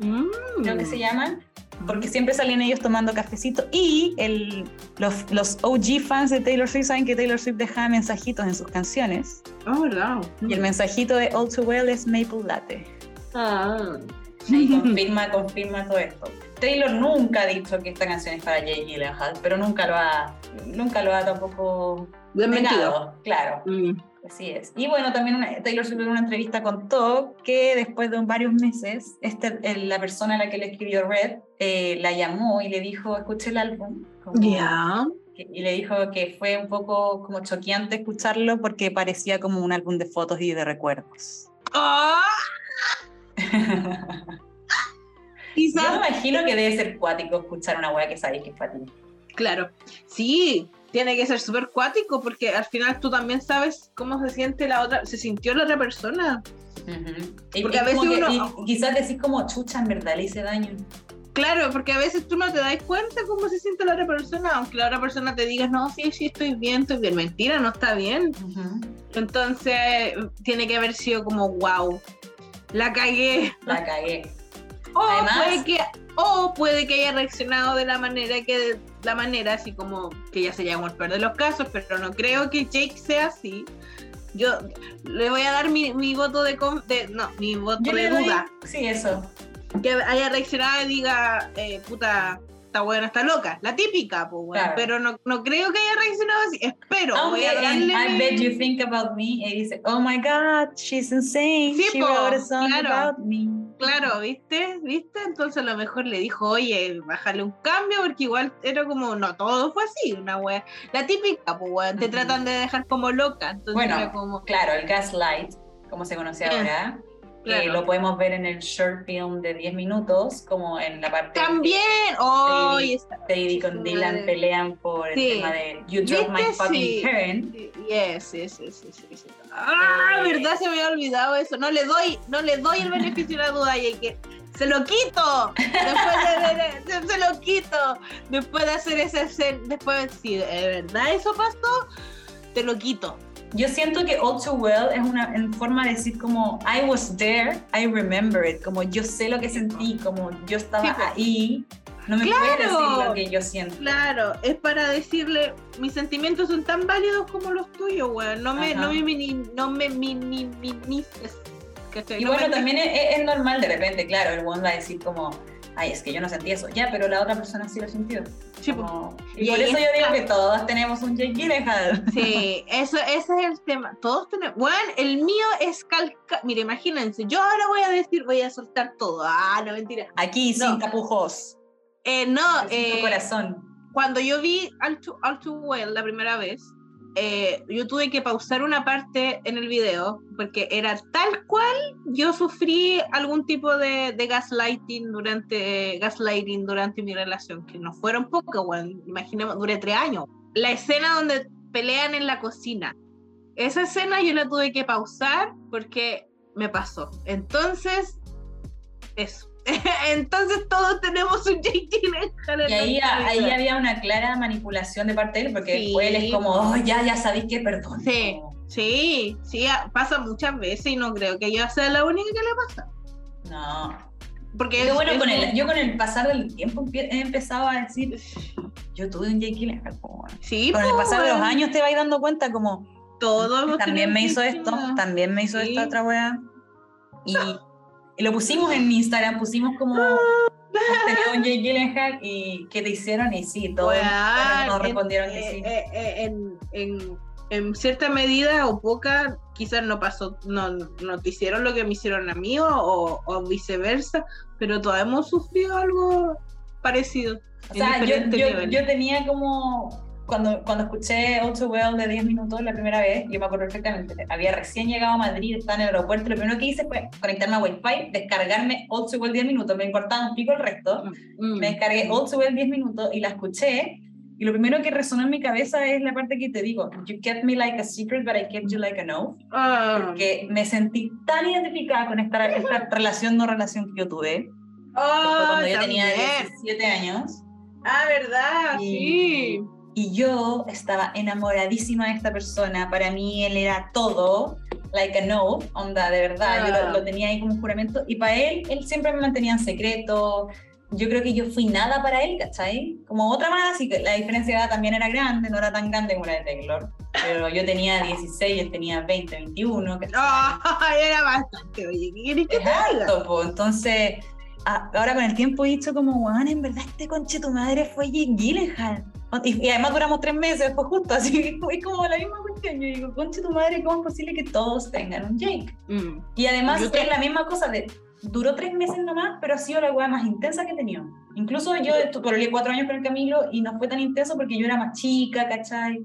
Mm. creo Mm. que se llama, porque siempre salían ellos tomando cafecito. Y el, los, los OG fans de Taylor Swift saben que Taylor Swift dejaba mensajitos en sus canciones. Oh, no. Y el mensajito de All Too Well es Maple Latte. Ah. Y confirma, confirma todo esto. Taylor nunca ha dicho que esta canción es para Jake Gyllenhaal, pero nunca lo ha, nunca lo ha tampoco Mm. Desmentido. negado, Claro, Mm. así es. Y bueno, también una- Taylor Swift en una entrevista contó que después de un- varios meses, este, el- la persona a la que le escribió Red eh, la llamó y le dijo, escuché el álbum. como- Ya. que- Y le dijo que fue un poco como choqueante escucharlo porque parecía como un álbum de fotos y de recuerdos. Ah, Yo me Quizás. imagino que debe ser cuático escuchar una weá que sabéis que es para ti. Claro. Sí, tiene que ser súper cuático porque al final tú también sabes cómo se siente la otra, se sintió la otra persona. Y, Porque y a veces como que- uno- y quizás decís como chucha, en verdad le hice daño. Claro, porque a veces tú no te das cuenta cómo se siente la otra persona, aunque la otra persona te diga, no, sí, sí, estoy bien, estoy bien. Mentira, no está bien. Entonces, tiene que haber sido como, wow, la cagué. La cagué. O, Además- puede que, o puede que haya reaccionado de la manera que, la manera así como que ya sería como el peor de los casos, pero no creo que Jake sea así. Yo le voy a dar mi, mi voto de, con- de- no, mi voto de duda. Sí, eso. Que haya reaccionado y diga, eh, puta, está buena, está loca. La típica, pues, weón. Claro. Pero no, no creo que haya reaccionado así. Espero. voy Aunque a en darle I mi- bet you think about me, y dice, oh my god, she's insane. Sí, She po, wrote a song claro. about me. Claro, ¿viste? ¿Viste? Entonces a lo mejor le dijo, oye, bájale un cambio, porque igual era como, no, todo fue así, una wea. La típica, pues, weón, te Ujú. tratan de dejar como loca. Entonces Bueno. era como, Claro, el gaslight, como se conoce Eh. ahora, que Claro. lo podemos ver en el short film de 10 minutos, como en la parte También, hoy está. de Diddy con Dylan Madre. pelean por el Sí. tema de You Drop My ¿Viste? Fucking Sí. Heaven. Yes, yes, yes, yes, yes. Ah, Eh. verdad se me había olvidado eso. No le doy, no le doy el beneficio de la duda y que se lo quito. Después de, de- de- se lo quito. Después de hacer esa escena, después si de verdad eso pasó, te lo quito. Yo siento que All Too Well es una en forma de decir como I was there, I remember it, como yo sé lo que sentí, como yo estaba Sí, pues. ahí. No me ¡Claro! puedes decir lo que yo siento. Claro, es para decirle, mis sentimientos son tan válidos como los tuyos, weón. No me, Ajá. no me, mini- no me minimices. ¿cachai? Y No bueno, me- también es, es normal de repente, claro, el one va a decir como, ay, es que yo no sentí eso, ya, pero la otra persona sí lo sintió. Sí, po. Como- y, Y por ahí eso yo digo está. que todos tenemos un Jake Gyllenhaal. Sí, eso, ese es el tema. Todos tenemos. Bueno, el mío es calca. Mira, imagínense, yo ahora voy a decir, voy a soltar todo. Ah, no, mentira. Aquí, No. sin tapujos, Eh, no, sin tu eh, corazón. cuando yo vi All Too, All Too Well la primera vez, eh, yo tuve que pausar una parte en el video porque era tal cual yo sufrí algún tipo de, de gaslighting durante gaslighting durante mi relación, que no fueron pocos, weón. imaginemos, duré tres años. La escena donde pelean en la cocina. Esa escena yo la tuve que pausar porque me pasó. Entonces, eso. Entonces todos tenemos un Jake Gyllenhaal en Y ahí, nuestra ahí vida. había una clara manipulación de parte de él, porque Sí. después él es como, oh, ya, ya sabéis que perdón. Sí. Como, Sí, sí, a- pasa muchas veces y no creo que yo sea la única que le No. Porque Pero es- bueno, es con un- el, yo con el pasar del tiempo empie- he empezado a decir, yo tuve un Jake Gyllenhaal. como, Sí, Con el po, pasar de los weón, años te vas dando cuenta como, todos hemos también tenido me hizo esto, víctimas. también me hizo Sí. esta otra wea. Y, y lo pusimos en Instagram, pusimos como Ah, tenía un Jake Gyllenhaal y que te hicieron y sí, todos, Weón, todos en- respondieron que eh, sí. eh, eh, en, en- en cierta medida o poca, quizás no pasó, no, no te hicieron lo que me hicieron a mí o, o- o viceversa, pero todos hemos sufrido algo parecido. o en sea, yo, diferentes yo- niveles. yo tenía como cuando, cuando escuché All Too Well de 10 minutos la primera vez, yo me acuerdo perfectamente, había recién llegado a Madrid, estaba en el aeropuerto, lo primero que hice fue conectarme a Wi-Fi, descargarme All Too Well 10 minutos, me importaba un pico el resto. Mm. Me descargué All Too Well 10 minutos y la escuché. Y lo primero que resonó en mi cabeza es la parte que te digo, You kept me like a secret, but I kept you like an oath. Ah. Porque me sentí tan identificada con esta, esta relación no relación que yo tuve. que fue Ah, cuando yo tenía también. 17 años. Ah, verdad, Y- sí. Y yo estaba enamoradísima de esta persona. Para mí él era todo, like an oath, onda, de verdad. Yo Ah. lo, lo tenía ahí como un juramento. Y para él, él siempre me mantenía en secreto. Yo creo que yo fui nada para él, ¿cachai? Como otra más, y que la diferencia de edad también era grande, no era tan grande como la de Taylor. Pero yo tenía 16, él tenía 20, 21, ¿cachai? Ah. Ay, era bastante, oye, ¿qué querés que te diga? Exacto, po. Entonces, a- ahora con el tiempo he dicho como, weón, en verdad este conche tu madre fue Jake Gyllenhaal. Y, y además duramos tres meses, fue justo, así que fue como la misma cuestión. Yo digo, conche tu madre, ¿cómo es posible que todos tengan un Jake? Y además Yo te- es la misma cosa de, duró tres meses nomás, pero ha sido la weá más intensa que he tenido. Incluso yo estu- pololeé cuatro años con el Camilo y no fue tan intenso porque yo era más chica, ¿cachai?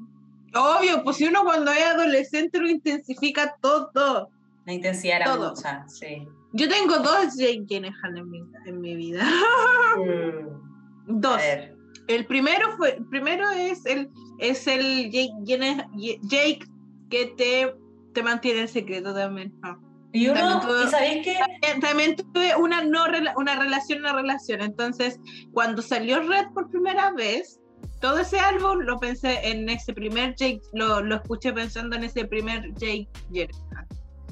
Obvio, pues si uno cuando es adolescente lo intensifica todo. La intensidad era Todo. mucha, sí. Yo tengo dos Jake Gyllenhaal en mi, en mi vida. A Dos. Mm. ver. El primero fue, el primero es el, es el Jake, Gyllenha- Jake que te, te mantiene en secreto también. Ah. Y uno, También tuve- ¿y sabéis qué? Eh, también tuve una no rela- una relación una relación entonces cuando salió Red por primera vez todo ese álbum lo pensé en ese primer Jake lo, lo escuché pensando en ese primer Jake Gyllenhaal.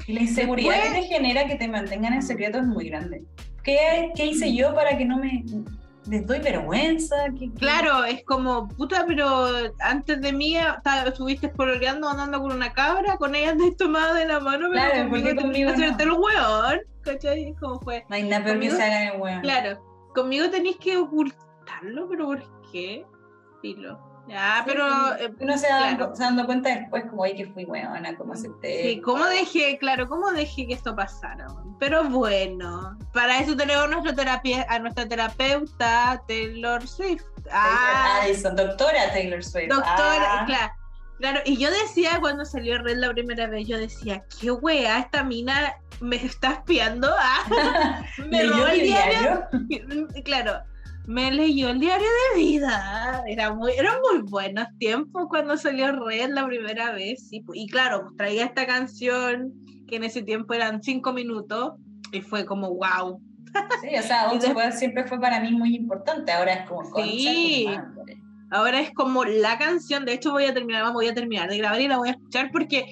Y la inseguridad Después- que te genera que te mantengan en secreto es muy grande. ¿Qué, qué hice yo para que no me... les doy vergüenza? ¿Qué- qué- claro es como puta pero antes de mí ah, ta- estuviste pololeando andando con una cabra con ella andas tomada de la mano pero Claro, ¿por qué te- conmigo no? hacerte el hueón ¿cachai? como fue No hay nada peor que Conmigo- se hagan el weón. Claro, conmigo tenéis que ocultarlo, pero ¿por qué? Filo. Ya, Sí, pero. sí. eh, Uno se da claro. se dando cuenta después como, ay, que fui weona, como acepté. Sí, ¿cómo dejé, claro, cómo dejé que esto pasara? Pero bueno, para eso tenemos nuestra terapia, a nuestra terapeuta Taylor Swift. Taylor Ah, Addison, doctora Taylor Swift. doctora, Ah, claro. Claro, y yo decía cuando salió Red la primera vez, yo decía, qué wea, esta mina me está espiando. Ah, me ¿Leyó robó el mi diario. claro, me leyó el diario de vida. Era muy, eran muy buenos tiempos cuando salió Red la primera vez. Y, y claro, pues, traía esta canción que en ese tiempo eran cinco minutos y fue como, wow. Sí, o sea, Dulce Wea siempre fue para mí muy importante. Ahora es como concha Sí. tu madre. Ahora es como la canción, de hecho voy a terminar, voy a terminar de grabar y la voy a escuchar porque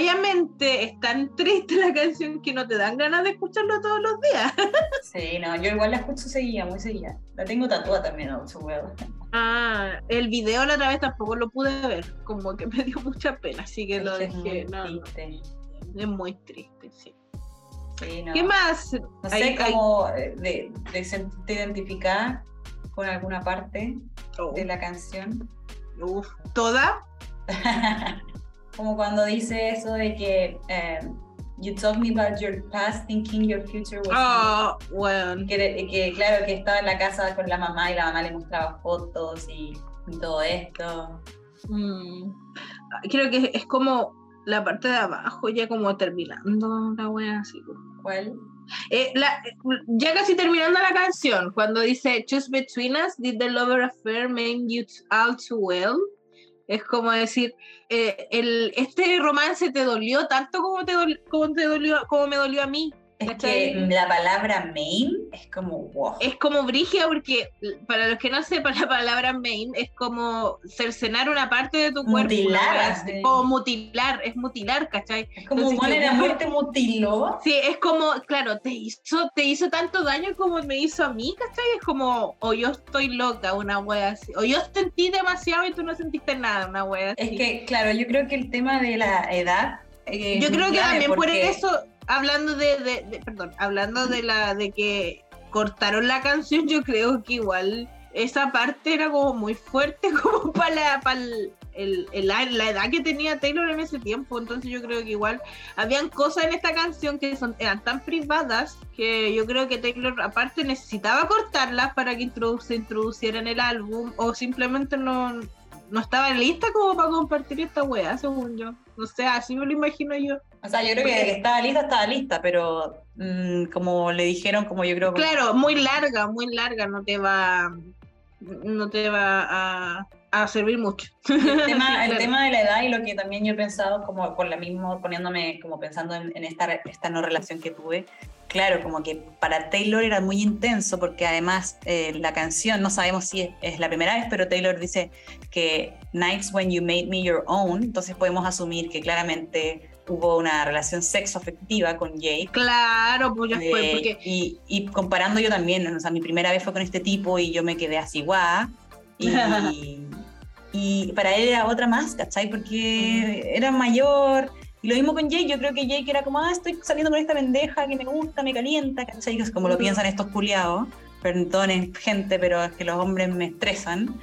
obviamente es tan triste la canción que no te dan ganas de escucharlo todos los días. Sí, no, yo igual la escucho seguida, muy seguida. La tengo tatuada también, a Dulce Wea. Ah, el video la otra vez tampoco lo pude ver, como que me dio mucha pena, así que lo Es muy dejé. No, no, triste. es muy triste, sí. Sí, no. ¿Qué más? No sé, Ahí- ahí- cómo eh, de, de sentirte identificada con alguna parte Oh, de la canción. uf, ¿Toda? Como cuando dice eso de que eh, you told me about your past thinking your future was me". Oh, bueno. que, de- que claro que estaba en la casa con la mamá y la mamá le mostraba fotos y, y todo esto. Mm. Creo que es como la parte de abajo, ya como terminando la wea así. como- ¿Cuál? Eh, la- ya casi terminando la canción, cuando dice Choose between us, did the lover affair make you out too well? Es como decir, eh, el, este romance te dolió tanto como, te dol- como, te dolió, como me dolió a mí. Es ¿Cachai? que la palabra main es como wow. Es como brigia porque, l- para los que no sepan la palabra main, es como cercenar una parte de tu cuerpo. una Mutilar, wea así, sí. O mutilar, es mutilar, ¿cachay? Es como Entonces, Juan yo- en la muerte mutiló. Sí, es como, claro, te hizo, te hizo tanto daño como me hizo a mí, ¿cachai? Es como, o yo estoy loca, una wea así. O yo sentí demasiado y tú no sentiste nada, una wea Es así. que, claro, yo creo que el tema de la edad. eh, yo es creo que clave también por porque- eso, hablando de, de- de- perdón, hablando de la, de que cortaron la canción, yo creo que igual esa parte era como muy fuerte como para la, para el- el- el- la la edad que tenía Taylor en ese tiempo, entonces yo creo que igual habían cosas en esta canción que son, eran tan privadas que yo creo que Taylor aparte necesitaba cortarlas para que introdu- se introduciera en el álbum o simplemente no, no estaba lista como para compartir esta weá, según yo. No sé, así me lo imagino yo. O sea, yo creo que de que estaba lista, estaba lista, pero mm, como le dijeron, como yo creo que. Claro, muy larga, muy larga, no te va, no te va a, a servir mucho. El tema, Sí, el claro. tema de la edad y lo que también yo he pensado, como con la misma, poniéndome, como pensando en, en esta, re- esta no relación que tuve, claro, como que para Taylor era muy intenso, porque además eh, la canción, no sabemos si es, es la primera vez, pero Taylor dice que Nights When You Made Me Your Own, entonces podemos asumir que claramente hubo una relación sexo afectiva con Jake. Claro, pues ya fue, Eh, porque y, y comparando yo también, o sea, mi primera vez fue con este tipo y yo me quedé así, guau. Y, y para él era otra más, ¿cachai? Porque era mayor. Y lo mismo con Jake, yo creo que Jake era como, ah, estoy saliendo con esta pendeja que me gusta, me calienta, ¿cachai? Que es como lo Ujú. piensan estos culiados. Perdonen, gente, pero es que los hombres me estresan.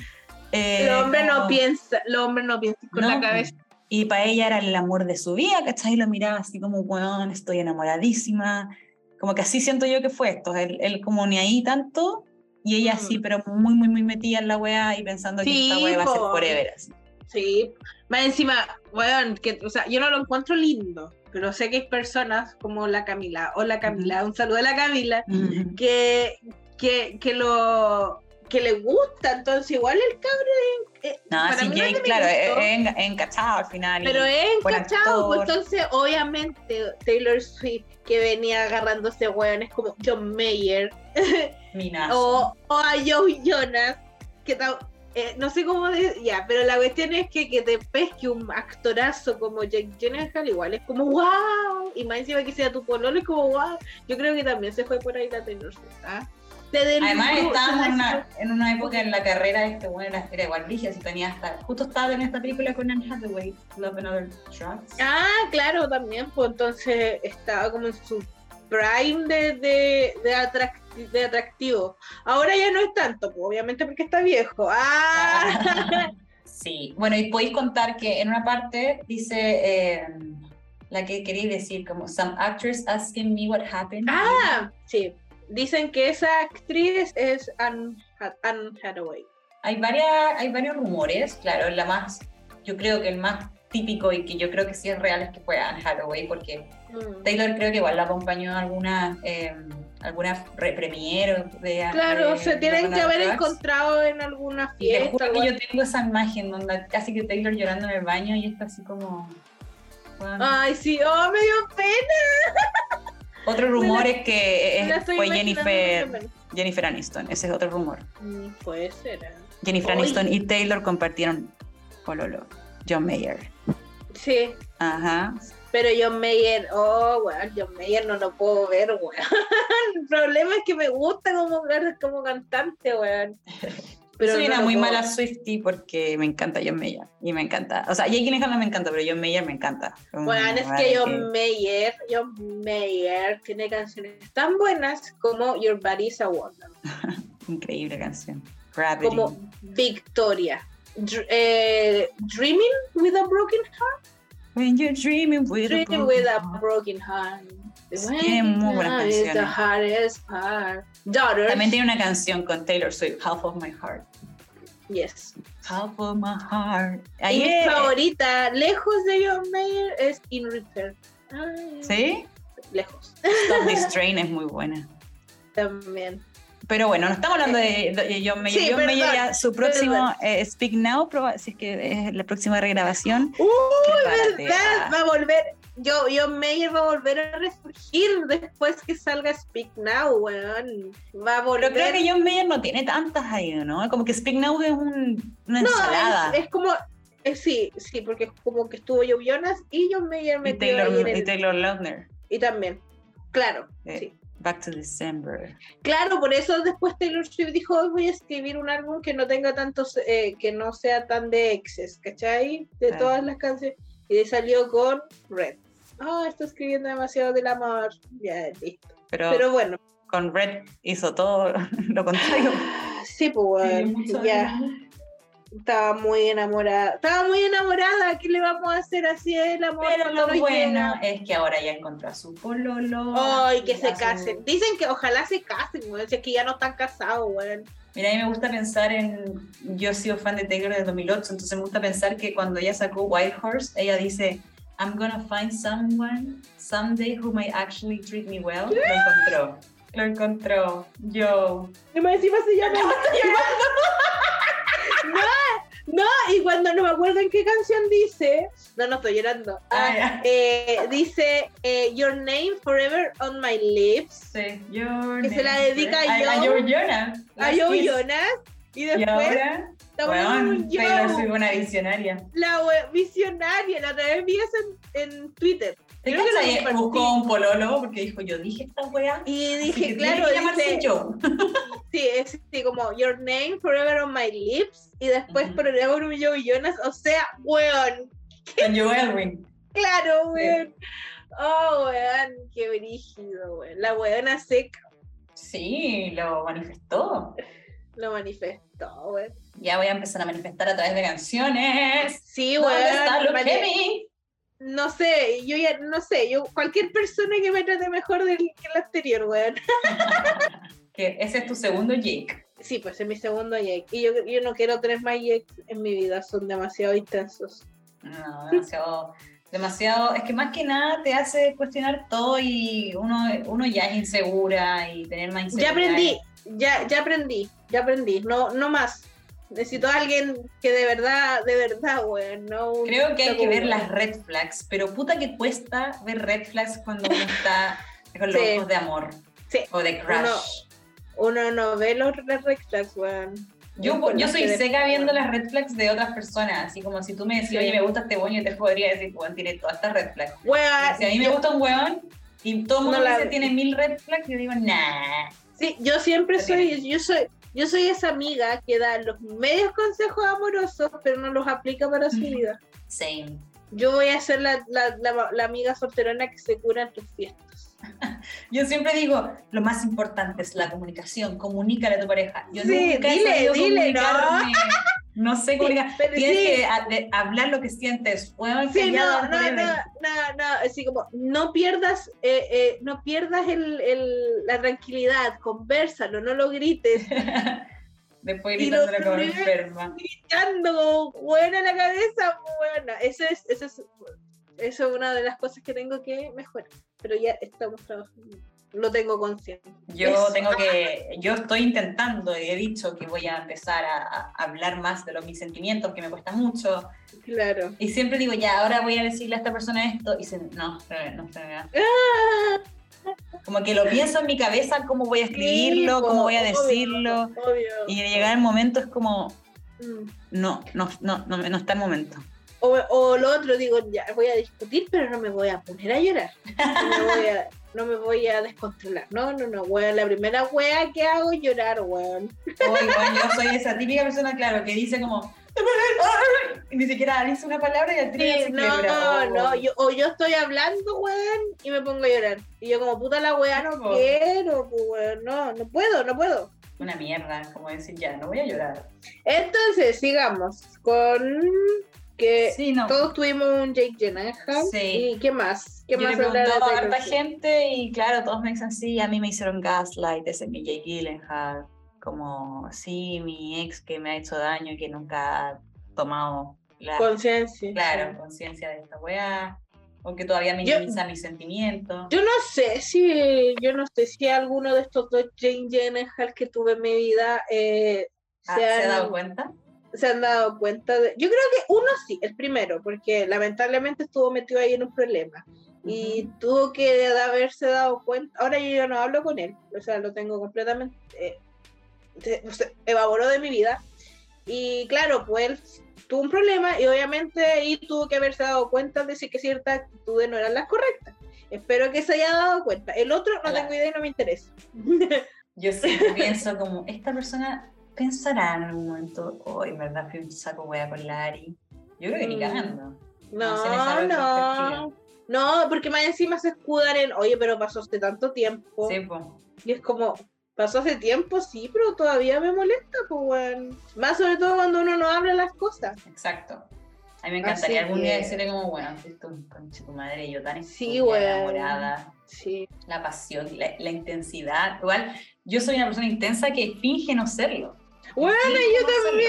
Eh, el hombre no como- piensa, el hombre no piensa con la no, pues. cabeza. Y para ella era el amor de su vida, ¿cachai? Lo miraba así como, weón, estoy enamoradísima. Como que así siento yo que fue esto. Él, él como ni ahí tanto, y ella Mm. así, pero muy, muy, muy metida en la weá y pensando Sí, que esta weá va a ser po. forever. así. Sí, más encima, weón, que, o sea, yo no lo encuentro lindo, pero sé que hay personas como la Camila, o la Camila, un saludo a la Camila, que, que, que lo que le gusta, entonces igual el cabrón eh, No, para sí, mí no es Jake, de mi claro, es gusto. es enga- es encachado al final. y- Pero es buen encachado, pues, actor. entonces obviamente Taylor Swift que venía agarrándose hueones como John Mayer Minazo. o, o a Joe Jonas, que ta- eh, no sé cómo de- ya, pero la cuestión es que que te pesque un actorazo como Jake Gyllenhaal igual es como wow, y más encima que sea tu pololo es como wow, yo creo que también se fue por ahí la Taylor Swift, ¿ah? Se Además deslizó, estábamos se en deslizó. una, en una época en la carrera de este bueno era, era igual brígida, si tenía hasta, justo estaba en esta película con Anne Hathaway, Love and Other Drugs. Ah, claro, también, pues entonces estaba como en su prime de, de, de, atrac- de atractivo. Ahora ya no es tanto, pues, obviamente porque está viejo. ¡Ah! Sí, bueno, y podéis contar que en una parte dice eh, la que quería decir, como some actors asking me what happened. ¡Ah! Sí, dicen que esa actriz es Anne, Ha- Anne Hathaway. Hay, varias, hay varios rumores, claro, la más yo creo que el más típico y que yo creo que sí es real es que fue Anne Hathaway, porque Mm. Taylor creo que igual la acompañó a alguna, eh, alguna re- premiere de Claro, de se tienen Lorna que haber Brooks. encontrado en alguna Eh, Y te fiesta. juro o que yo algo. tengo esa imagen donde casi que Taylor llorando en el baño y está así como... bueno, Ay, sí, oh, me dio pena. Otro rumor la- es que me la es- estoy fue imaginando Jennifer, también. Jennifer Aniston, ese es otro rumor. Mm, Puede ser. ah. Jennifer Oy. Aniston y Taylor compartieron pololo, John Mayer. Sí, Ajá. pero John Mayer, oh, weón, John Mayer no lo puedo ver, weón. El problema es que me gusta como, gar- como cantante, weón. Pero Soy no una lo muy puedo- mala Swifty porque me encanta John Mayer. Y me encanta. O sea, Jake Gyllenhaal no me encanta, pero John Mayer me encanta. Un Bueno, es lugar que en John Mayer, John Mayer tiene canciones tan buenas como Your Body's a Wonder, Increíble canción. Gravity. como Victoria, Dr- eh, Dreaming with a Broken When you're dreaming with a Dreaming broken with a heart. Broken Heart. Sí, tiene muy buenas Love is the canciones. hardest part. Daughter. También tiene una canción con Taylor Swift, Half of My Heart. Yes. Half of My Heart. y Ahí mi es- favorita, lejos de John Mayer, es In Repair. Ay, ¿Sí? Lejos. Stop This Train es muy buena. También. Pero bueno, no estamos hablando de, de John Mayer. Sí, John Mayer perdón, ya, su próximo perdón. eh, Speak Now, proba- si es que es la próxima regrabación. ¡Uy, Prepárate verdad! a- Va a volver. Yo, John Mayer va a volver a resurgir después que salga Speak Now, weón. Va a volver. Pero creo que John Mayer no tiene tantas ahí, ¿no? Como que Speak Now es un- una ensalada. es, es como. eh, sí, sí, porque es como que estuvo Joe Jonas y John Mayer y, metió ahí en Taylor, el- y Taylor Lautner, Y también, claro, Eh. sí. Back to December. Claro, por eso después Taylor Swift dijo, "Hoy voy a escribir un álbum que no tenga tantos, eh, que no sea tan de exes, ¿cachai? De Ah. todas las canciones. Y salió con Red. Ah, está escribiendo demasiado del amor. Ya, listo. Pero, Pero bueno, con Red hizo todo lo contrario. sí, pues, bueno, ya. Estaba muy enamorada. Estaba muy enamorada. ¿Qué le vamos a hacer así es el amor? Pero cuando lo nos bueno llega? es que ahora ya encontró a su pololo. Ay, que a se su- casen. Dicen que ojalá se casen, weón. Si es que ya no están casados, weón. Mira, a mí me gusta pensar en. Yo he sido fan de Taylor desde 2008, entonces me gusta pensar que cuando ella sacó White Horse, ella dice: I'm gonna find someone someday who may actually treat me well. Lo encontró. Lo encontró. Yo. Y más encima se llama. no, no, y cuando no me acuerdo en qué canción dice. No, no estoy llorando. Ay, Ah, eh, dice eh, Your Name Forever on My Lips. sí, your Que se name la is dedica Red. a a Joe- Joe Jonas. A Las Joe Kiss. oh, Jonas. Y Y después ahora, estamos en weón, un Taylor yo, Swift, una visionaria. la we- visionaria. La otra vez vi eso en, en Twitter. ¿Te Creo que cansas? lo Ella compartí. Buscó un pololo porque dijo: Yo dije esta wea. Y así que dije, tiene claro, que llamarse dice, Joe. sí, es sí, como Your Name Forever on My Lips. Y después Ujú. Forever on Joe Jonas. O sea, weón. Con Joe Elwin. Claro, weón. Oh, weón, qué brígido, weón. La weona seca Sí, lo manifestó. lo manifestó, weón. Ya voy a empezar a manifestar a través de canciones. Sí, ¿Dónde weón. está Luke mani- Hemming? No sé, yo ya, no sé, yo cualquier persona que me trate mejor del que la anterior, weón. Que ese es tu segundo Jake. Sí, pues es mi segundo Jake. Y yo, yo no quiero tres más Jakes en mi vida, son demasiado intensos. No, demasiado, demasiado. Es que más que nada te hace cuestionar todo y uno, uno ya es insegura y tener más Ya inseguridad. aprendí, ya, ya aprendí, ya aprendí, no, no más. Necesito a alguien que de verdad, de verdad, weón, no. un Creo que hay que segundo. ver las red flags, pero puta que cuesta ver red flags cuando uno está con los Sí. ojos de amor Sí. o de crush. Uno- Uno no ve los red flags, weón. Yo, Con yo las soy que de- seca viendo las red flags de otras personas, así como si tú me decís, Sí. oye, me gusta este weón, yo te podría decir, weón, tiene todas estas red flags. Weón, Si a mí me Ah, yo- gusta un weón y todo el mundo No la- dice tiene mil red flags, yo digo, nah. sí, yo siempre Lo soy, yo soy, yo soy esa amiga que da los medios consejos amorosos, pero no los aplica para su Ujú. vida. Same. Yo voy a ser la, la, la- la amiga solterona que se cura en tus fiestas. Yo siempre digo, lo más importante es la comunicación, comunícale a tu pareja. Yo Sí, nunca he dile, sabido dile, ¿no? comunicarme. No sé comunicar. pero Tienes sí. que ha- de- hablar lo que sientes. Weón, Sí, callado, no, no, no, whatever. no, no, así como, no pierdas, eh, eh, no pierdas el, el- la tranquilidad, conversalo, no lo grites. Después Y gritando los la cabra primeros- enferma. gritando como buena la cabeza, buena. Eso es, eso es, eso es una de las cosas que tengo que mejorar. Pero ya estamos trabajando. Lo tengo consciente. Yo Eso. tengo que, yo estoy intentando y he dicho que voy a empezar a, a hablar más de los mis sentimientos, que me cuesta mucho. Claro. Y siempre digo, ya, ahora voy a decirle a esta persona esto. Y se, no, no, no, no. Ah, Como que lo pienso en mi cabeza, cómo voy a escribirlo, sí, cómo voy a obvio, decirlo. Obvio. Y de llegar el momento es como, Mm. no, no, no, no, no está el momento. O, o lo otro, digo, ya voy a discutir, pero no me voy a poner a llorar. No me voy a, no me voy a descontrolar. No, no, no, weón. La primera wea que hago es llorar, weón. Oye, bueno, yo soy esa típica persona, claro, que dice como, "Ay", y ni siquiera dice una palabra y al tiro ya se no, quiebra. Oh. no, yo, o yo estoy hablando, weón, y me pongo a llorar. Y yo como puta la weá, no Sí, po. quiero, po, weón, no, no puedo, no puedo. Una mierda, como decir, ya, no voy a llorar. Entonces, sigamos con que Sí, no. Eh, todos tuvimos un Jake Gyllenhaal. Sí. ¿Y qué más? ¿Qué Yo le más he preguntado a hablar de harta Taylor Swift? gente y claro, todos me dicen, sí, a mí me hicieron gaslight, ese mi Jake Gyllenhaal, como, sí, mi ex que me ha hecho daño y que nunca ha tomado la, Conciencia. claro, conciencia de esta weá, o que todavía Yo- minimiza mis sentimientos. Yo no sé si, yo no sé si alguno de estos dos Jake Gyllenhaal que tuve en mi vida eh, Ah, se, ¿Se ha han- dado cuenta? se han dado cuenta de... Yo creo que uno sí, el primero, porque lamentablemente estuvo metido ahí en un problema y tuvo que de haberse dado cuenta... Ahora yo ya no hablo con él, o sea, lo tengo completamente... eh, se- se evaporó de mi vida. Y claro, pues él tuvo un problema y obviamente ahí tuvo que haberse dado cuenta de si que ciertas actitudes no eran las correctas. Espero que se haya dado cuenta. El otro no Claro. tengo idea y no me interesa. Yo siempre pienso como, esta persona pensará en algún momento, hoy en verdad fui un saco wea con la Ari. Yo creo que ni Mm. cagando. se les No, abre no. perspectiva. No, porque más encima se escudan en, oye, pero pasó hace tanto tiempo. Sí, po. Y es como, pasó hace tiempo, sí, pero todavía me molesta, pues, weón. Más sobre todo cuando uno no habla las cosas. exacto. A mí me encantaría Así algún día que- decirle como, bueno, fuiste un conche tu madre, yo tan Sí, estúpida, weón. enamorada, Sí. la pasión, la, la intensidad. Igual, yo soy una persona intensa que finge no serlo. Weona, yo también.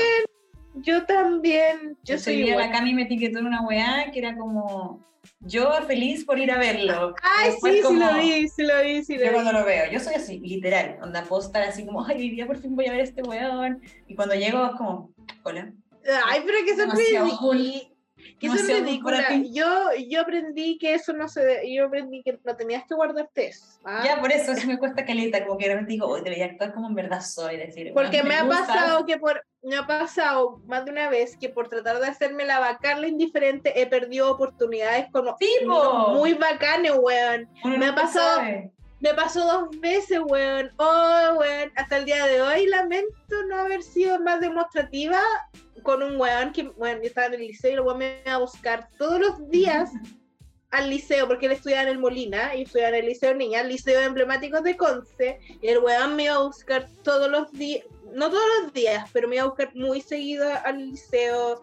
Yo también, Ah, yo soy día la igual. Cami me etiquetó en una weá que era como, yo feliz por ir a verlo. Ay, Después sí, sí como- lo vi, sí lo vi, sí Yo lo vi. cuando lo veo, yo soy así, literal, onda puedo estar así como, ay, hoy día por fin voy a ver a este weón. Y cuando llego es como, hola. Ay, pero que son Demasiado ridículas. Que son Demasiado cool para ridículas. ti. Yo, yo aprendí que eso no se... de- Yo aprendí que no tenías que guardarte eso. ¿ah? Ya por eso, eso me cuesta caleta, como que de repente digo, hoy debería actuar como en verdad soy, decir, Porque "Weón, me ha gustas". pasado que por me ha pasado más de una vez que por tratar de hacerme la bacán la indiferente he perdido oportunidades con Sí, po. amigos muy bacanes, weón. Uno me ha nunca pasado- sabe. Me pasó dos veces, weón. Oh, weón. Hasta el día de hoy lamento no haber sido más demostrativa con un weón que, bueno, yo estaba en el liceo y el weón me iba a buscar todos los días al liceo, porque él estudiaba en el Molina, y estudiaba en el liceo niña, el liceo emblemático de Conce, y el weón me iba a buscar todos los días, no todos los días, pero me iba a buscar muy seguido al liceo,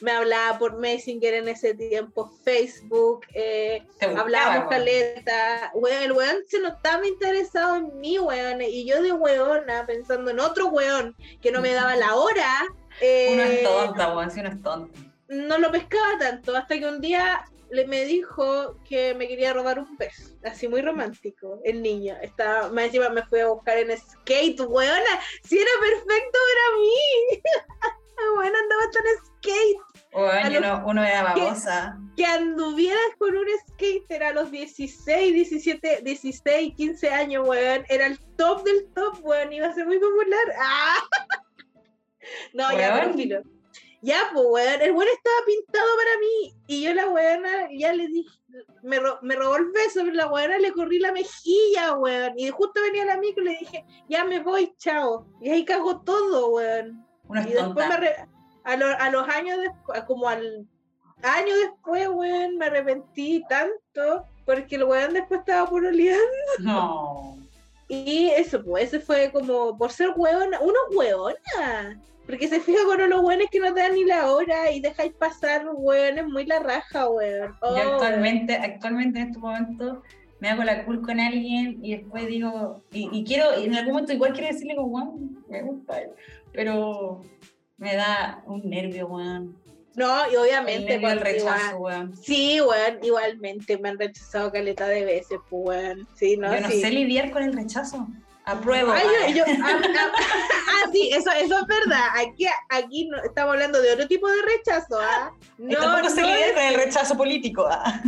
me hablaba por Messenger en ese tiempo, Facebook, eh, Te gustaba, hablábamos weón. caleta, weón, el weón se notaba interesado en mí, weón, y yo de weona pensando en otro weón que no me daba la hora. Uno es eh, tonta, weón, si uno es tonta. no lo pescaba tanto hasta que un día le me dijo que me quería robar un pez, así muy romántico, el niño. Estaba, más encima me fui a buscar en skate, weona, si era perfecto para mí. Bueno, andaba hasta en skate. Weón, A yo los- no- uno era ¿Qué? babosa. Que anduvieras con un skater a los 16, 17, 16, 15 años, weón. Era el top del top, weón. Iba a ser muy popular. ¡Ah! No, ya, Weón. pero filo. Ya, pues, weón, el weón estaba pintado para mí. Y yo la weona, ya le dije, me, ro- me robó el beso, pero la weona le corrí la mejilla, weón. Y justo venía la micro y le dije, ya me voy, chao. Y ahí cagó todo, weón. Uno Y es después me tonta. arre- a, lo- a los años después, como al año después, weón, me arrepentí tanto porque el weón después estaba por No. y eso, pues, ese fue como por ser hueona, uno hueona. Porque se fija con los hueones que no te dan ni la hora y dejáis pasar hueones muy la raja, hueón. Oh, Yo actualmente, actualmente en este momento, me hago la cool con alguien y después digo, y, y quiero, y en algún momento igual quiero decirle como, weón, me gusta, pero me da un nervio, weón. No, y El obviamente. nervio del pues, rechazo, igual- weón. Sí, weón, igualmente me han rechazado caleta de veces, pues, weón. Sí, no, Yo no sí. sé lidiar con el rechazo. Apruebo. Ay, weón. yo- yo- ah, ah, ah, sí, eso, eso es verdad. Aquí, aquí no- estamos hablando de otro tipo de rechazo, ¿ah? Y No, tampoco no se es- lidia con el rechazo político. ah.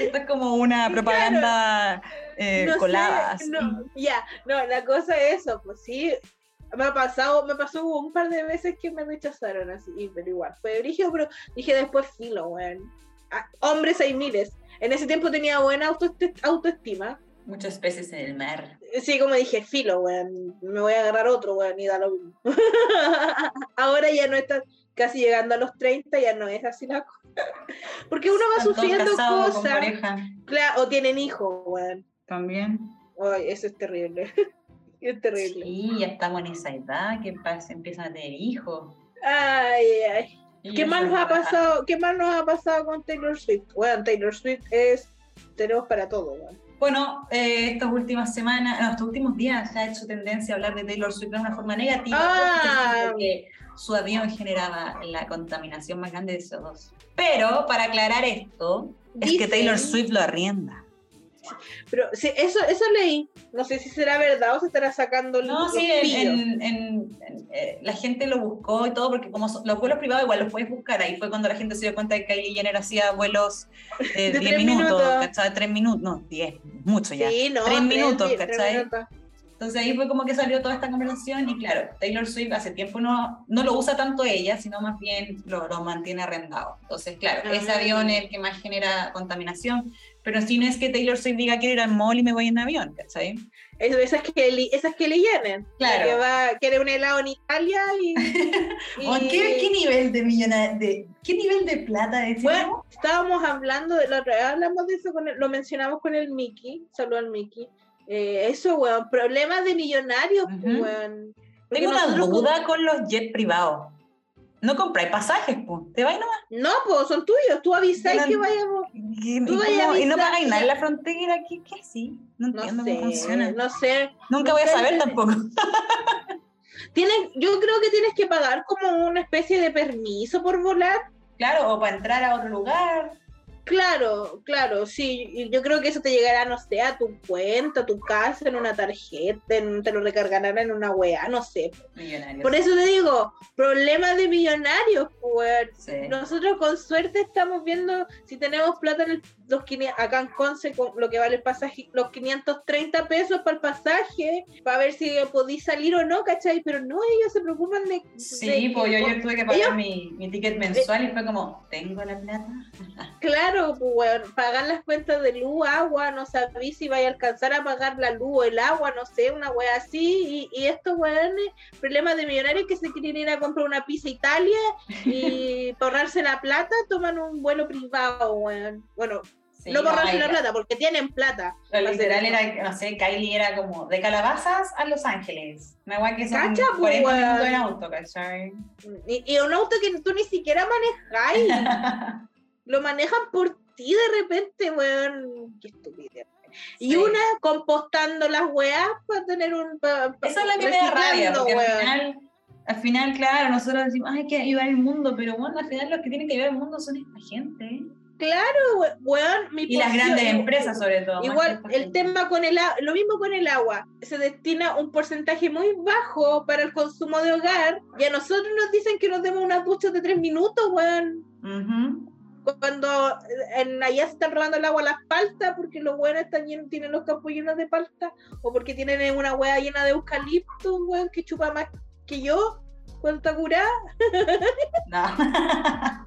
Esto es como una propaganda eh, no sé, colada. así. no, ya, no, la cosa es eso, pues sí. Me ha pasado, me pasó un par de veces que me rechazaron así, y- pero igual, fue brígido, pero dije después filo, weón. Ah, hombres hay miles. En ese tiempo tenía buena autoeste- autoestima. Muchas peces en el mar. Sí, como dije, filo, weón, me voy a agarrar otro, weón, y da lo mismo. Ahora ya no está casi llegando a los 30, ya no es así la cosa. Porque uno va Están todos sufriendo casados con cosas, pareja cla- o tienen hijos, weón. También. Ay, eso es terrible. es terrible. Sí, ya estamos en esa edad que pa- se empiezan a tener hijos. Ay, ay, ay. Y ¿Qué yo más soy nos ha baja. pasado? ¿Qué más nos ha pasado con Taylor Swift? Bueno, Taylor Swift es tenemos para todo, weón. Bueno, eh, estas últimas semanas, no, estos últimos días se ha hecho tendencia a hablar de Taylor Swift de una forma negativa Ah. porque su avión generaba la contaminación más grande de CO2. Pero para aclarar esto, es que Dicen- Taylor Swift lo arrienda. Pero sí, eso, eso leí. No sé si será verdad o se estará sacando el No, los sí, en- pillos. en- en- en- eh, la gente lo buscó y todo, porque como son- los vuelos privados igual los puedes buscar. Ahí fue cuando la gente se dio cuenta de que Kylie Jenner hacía vuelos eh, De 10 tres minutos, minutos. ¿cachai? 3 minutos, no, 10, mucho ya. Sí, no, Tres minutos, sí, ¿cachai? minutos. Entonces ahí fue como que salió toda esta conversación y claro, Taylor Swift hace tiempo no, no lo usa tanto ella, sino más bien lo, lo mantiene arrendado. Entonces, claro, Ah. ese avión es el que más genera contaminación, pero si no es que Taylor Swift diga quiero ir al mall y me voy en avión, ¿cachai? Es- Esas que, li- esas que le llenen. Claro. Que va, quiere un helado en Italia y. y- ¿O ¿Qué, qué nivel de millona- de qué nivel de plata es Bueno, estábamos hablando de la otra vez hablamos de eso con el- lo mencionamos con el Mickey, saludo al Mickey. Eh, eso, weón, problemas de millonarios, pues, Ujú. weón. Porque Tengo una nosotros duda con los jets privados. No compráis pasajes, po. te vais nomás. como- No, pues son tuyos, tú avisáis Pero- que vayamos. Y, y Tú vayas cómo- y no avisando. pagáis nada en la frontera, ¿qué, qué así? No entiendo No cómo sé, funciona. no sé. Nunca voy a saber entiendo. tampoco. Tienes, yo creo que tienes que pagar como una especie de permiso por volar. Claro, o para entrar a otro lugar. Claro, claro, sí. y Yo creo que eso te llegará, no sé, a tu cuenta, a tu casa, en una tarjeta, en- te lo recargarán en una weá, no sé. Millonarios. Por eso te digo, problemas de millonarios, weón. Sí. Nosotros con suerte estamos viendo si tenemos plata en el- los 500 acá en Conce con lo que vale el pasaje, los 530 pesos para el pasaje, para ver si podí salir o no, ¿cachai? Pero no, ellos se preocupan de... Sí, de- pues yo ayer tuve que pagar Ellos- mi, mi ticket mensual y fue como, ¿tengo la plata? Claro, pues, weón, pagar las cuentas de luz, agua, no sabí si vaya a alcanzar a pagar la luz o el agua, no sé, una wea así. Y, y estos weones, problemas de millonarios que se quieren ir a comprar una pizza a Italia y para ahorrarse la plata toman un vuelo privado, weón. Bueno, Sí, no para ahorrarse baila. la plata, porque tienen plata. Lo literal era, no sé, Kylie era como de Calabazas a Los Ángeles. Una guay que son Cacha, pues, 40 weón. minutos en auto, ¿cachai? Y, y un auto que tú ni siquiera manejáis, lo manejan por ti de repente, weón. Qué estupidez. Y Sí. una compostando las weas para tener un. pa- pa- Esa es la que me da rabia, reciclando, porque al weón. final, al final, claro, nosotros decimos, ay, hay que ayudar al mundo, pero bueno, al final los que tienen que ayudar al mundo son esta gente. Claro, we- weón. Mi Y las posición- grandes empresas, sobre todo. más pues, Igual, que esta el gente. tema con el agua, lo mismo con el agua, se destina un porcentaje muy bajo para el consumo de hogar y a nosotros nos dicen que nos demos unas duchas de tres minutos, weón. Ujú. cuando eh, en allá se están robando el agua a las paltas porque los buenos están llenos, tienen los campos llenos de palta o porque tienen una hueá llena de eucalipto, un weón que chupa más que yo cuando está curada. No.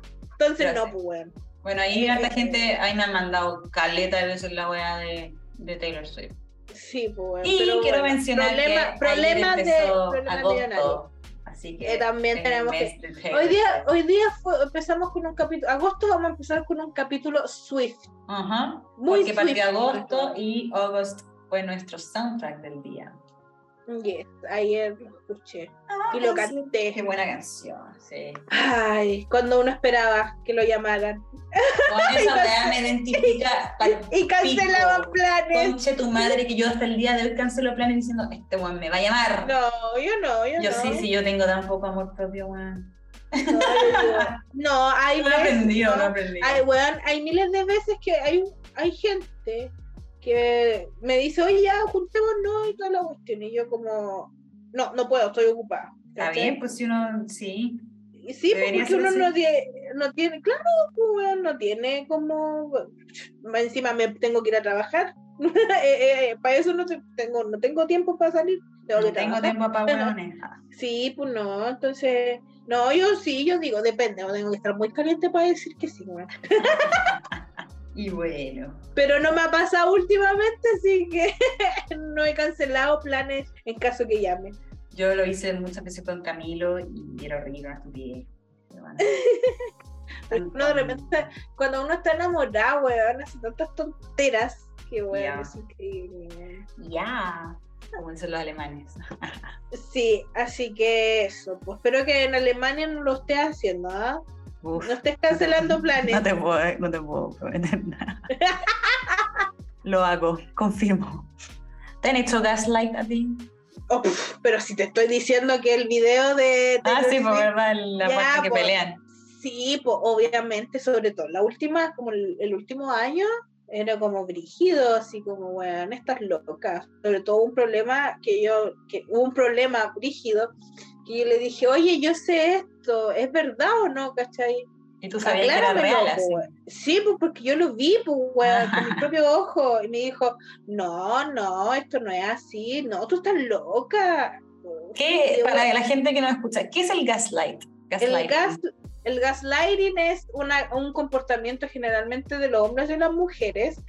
Entonces Ya sé. no, pues weón. Bueno, ahí Eh, harta gente, ahí me han mandado caleta de veces la weá de, de Taylor Swift. Sí, pues weón. Y pero quiero bueno, mencionar problema- que problemas ayer de empezó problemas millonarios. agosto, así que Eh, también el tenemos que- mes de Taylor Hoy día, Swift. hoy día fue- empezamos con un capítulo, agosto vamos a empezar con un capítulo Swift. Ajá, Muy porque partió Swift. agosto y August fue nuestro soundtrack del día. Yes, ayer lo escuché. Y lo canté. Qué buena canción, sí. Ay, cuando uno esperaba que lo llamaran. Con esa weá me identifica. pal Y cancelaban pico. planes. Conche tu madre, que yo hasta el día de hoy cancelo planes diciendo, este weón me va a llamar. No, yo no, yo, yo no. sí, sí, yo tengo tan poco amor propio, weón. No, yo digo, no, hay No he veces- aprendido, no he aprendido. pues, Ay, weón, hay miles de veces que hay, hay gente que me dice, oye, ya juntémonos y toda la cuestión. Y yo como, no, no puedo, estoy ocupada. Está ¿Cachai? bien, pues si uno, sí. Y sí, pues, Debería porque ser uno así. no tiene, no tiene, claro, pues, weón, no tiene como, encima me tengo que ir a trabajar. Eh, para eso no te- tengo, no tengo tiempo para salir. Tengo No que tengo trabajar. tiempo para weones. Ah, Sí, pues no, entonces, no, yo sí, yo digo, depende, tengo que estar muy caliente para decir que sí, weón. Y bueno. Pero no me ha pasado últimamente, así que no he cancelado planes en caso que llame. Yo lo hice muchas veces con Camilo y era horrible, una estupidez. Pero bueno. Ah, No, de repente, cuando uno está enamorado, weón, hace tantas tonteras que, weón, Ya. es increíble. weón. Ya, como dicen los alemanes. Sí, así que eso, pues espero que en Alemania no lo estés haciendo, ¿ah? Uf, No estés cancelando planes. no, te puedo, eh, no te puedo prometer nada. lo hago, confirmo. ¿Te han hecho gaslight a ti? Oh, pff, pero si te estoy diciendo que el video de... Ah, sí, por Taylor Swift- verdad, la Ya, parte que pues. pelean. Sí, pues obviamente, sobre todo la última, como el, el último año, era como brígido, así como, weón, estas locas. Sobre todo un problema que yo, que hubo un problema brígido, que yo le dije, oye, yo sé esto, ¿es verdad o no, cachai? Y tú sabías que era Acláramelo, real, po, así. weón. Sí, pues porque yo lo vi, pues, weón, con mi propio ojo. Y me dijo, no, no, esto no es así, no, tú estás loca. ¿Qué, Sí, para la gente que no escucha, ¿qué es el gaslight? el, Gaslighting. gas, el gaslighting es una- un comportamiento generalmente de los hombres y las mujeres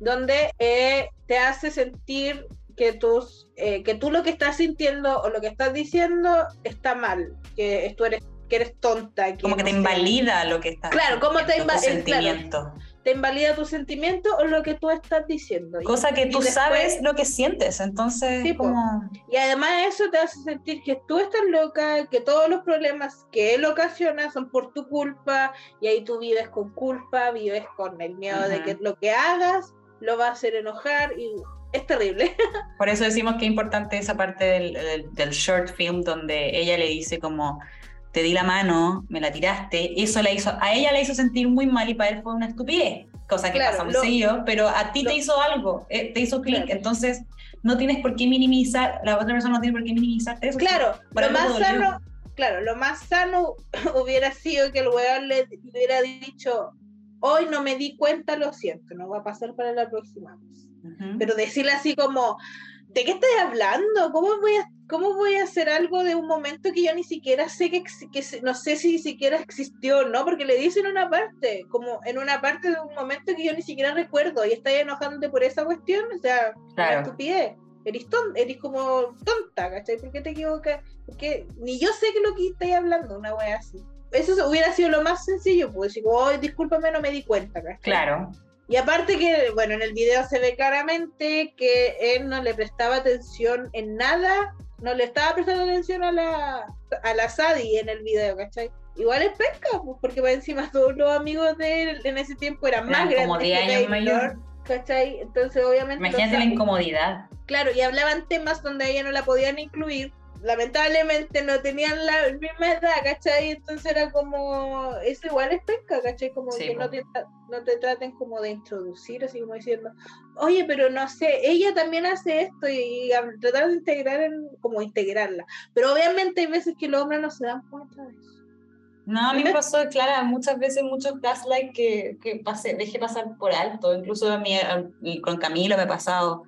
donde eh, te hace sentir que, tus, eh, que tú lo que estás sintiendo o lo que estás diciendo está mal, que es- tú eres, que eres tonta. Que como que no te sé, invalida lo que estás Claro, como te sintiendo, tus inva- eh, claro. sentimientos. Te invalida tu sentimiento o lo que tú estás diciendo. Y- Cosa que Y tú después- sabes lo que sientes, entonces Sí, po. como... Y además eso te hace sentir que tú estás loca, que todos los problemas que él ocasiona son por tu culpa, y ahí tú vives con culpa, vives con el miedo de Ajá. que lo que hagas lo va a hacer enojar, y es terrible. Por eso decimos que es importante esa parte del, del- del short film donde ella le dice como, te di la mano, me la tiraste, eso la hizo, a ella la hizo sentir muy mal y para él fue una estupidez, cosa que Claro, pasa muy lo- seguido, pero a ti lo- te hizo algo, eh, te hizo clic, Claro. entonces no tienes por qué minimizar, la otra persona no tiene por qué minimizar eso. Claro, Por lo algo más dolió. sano, claro, lo más sano hubiera sido que el weón le hubiera dicho, hoy no me di cuenta, lo siento, no va a pasar para la próxima vez". Ujú. pero decirle así como, ¿de qué estás hablando? ¿Cómo voy a, cómo voy a hacer algo de un momento que yo ni siquiera sé que, ex- que se- no sé si siquiera existió, ¿no? Porque le dicen una parte, como en una parte de un momento que yo ni siquiera recuerdo y estás enojándote por esa cuestión, o sea, una claro. estupidez. Eres, ton- eres como tonta, ¿cachai? ¿Por qué te equivocas? Porque ni yo sé que lo que estáis hablando, una wea así. Eso se- hubiera sido lo más sencillo, pues decir, oh, discúlpame, no me di cuenta, ¿cachai? Claro, Y aparte que, bueno, en el video se ve claramente que él no le prestaba atención en nada, no le estaba prestando atención a la, a la Sadie en el video, ¿cachai? Igual es pesca, pues, porque por encima todos los amigos de él en ese tiempo eran Eran más grandes. como 10 que años Taylor, mayor. ¿Cachai? Entonces, obviamente... los Imagínate la amigos- incomodidad. Claro, y hablaban temas donde ella no la podían incluir. Lamentablemente no tenían la misma edad, ¿cachai? Entonces era como, eso igual es pesca, ¿cachai? Como Sí, que po. no te, tra- no te traten como de introducir, así como diciendo, oye, pero no sé, ella también hace esto y, y a- tratar de integrar, en- como integrarla. Pero obviamente hay veces que los hombres no se dan cuenta de eso. No, a mí me Ujú. pasó, Clara, muchas veces muchos gaslight que, que pasé, dejé pasar por alto. Incluso a mí, a- y con Camilo me ha pasado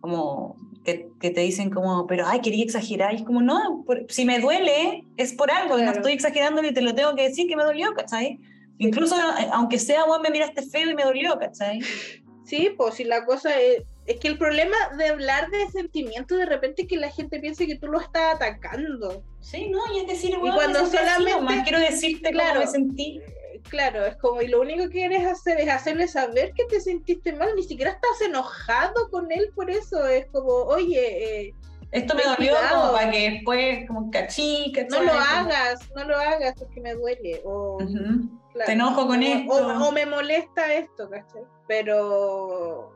como que, que te dicen como, pero ay, quería exagerar. Y es como, no, por- si me duele es por algo, y no Claro. estoy exagerando y te lo tengo que decir que me dolió, ¿cachai? Incluso eh, aunque sea, vos me miraste feo y me dolió, ¿cachai? Sí, pues si la cosa es, es que el problema de hablar de sentimientos de repente es que la gente piense que tú lo estás atacando. Sí, no, y es decir, bueno, cuando solamente- quiero decirte Claro. cómo me sentí. Claro, es como, y lo único que quieres hacer es hacerle saber que te sentiste mal, ni siquiera estás enojado con él por eso, es como, oye, eh, Esto me Ten dolió cuidado. como para que después, como cachí, cachí. No lo hagas, no lo hagas porque me duele. O, Ujú. claro, Te enojo con o- esto. O, o me molesta esto, ¿cachai? Pero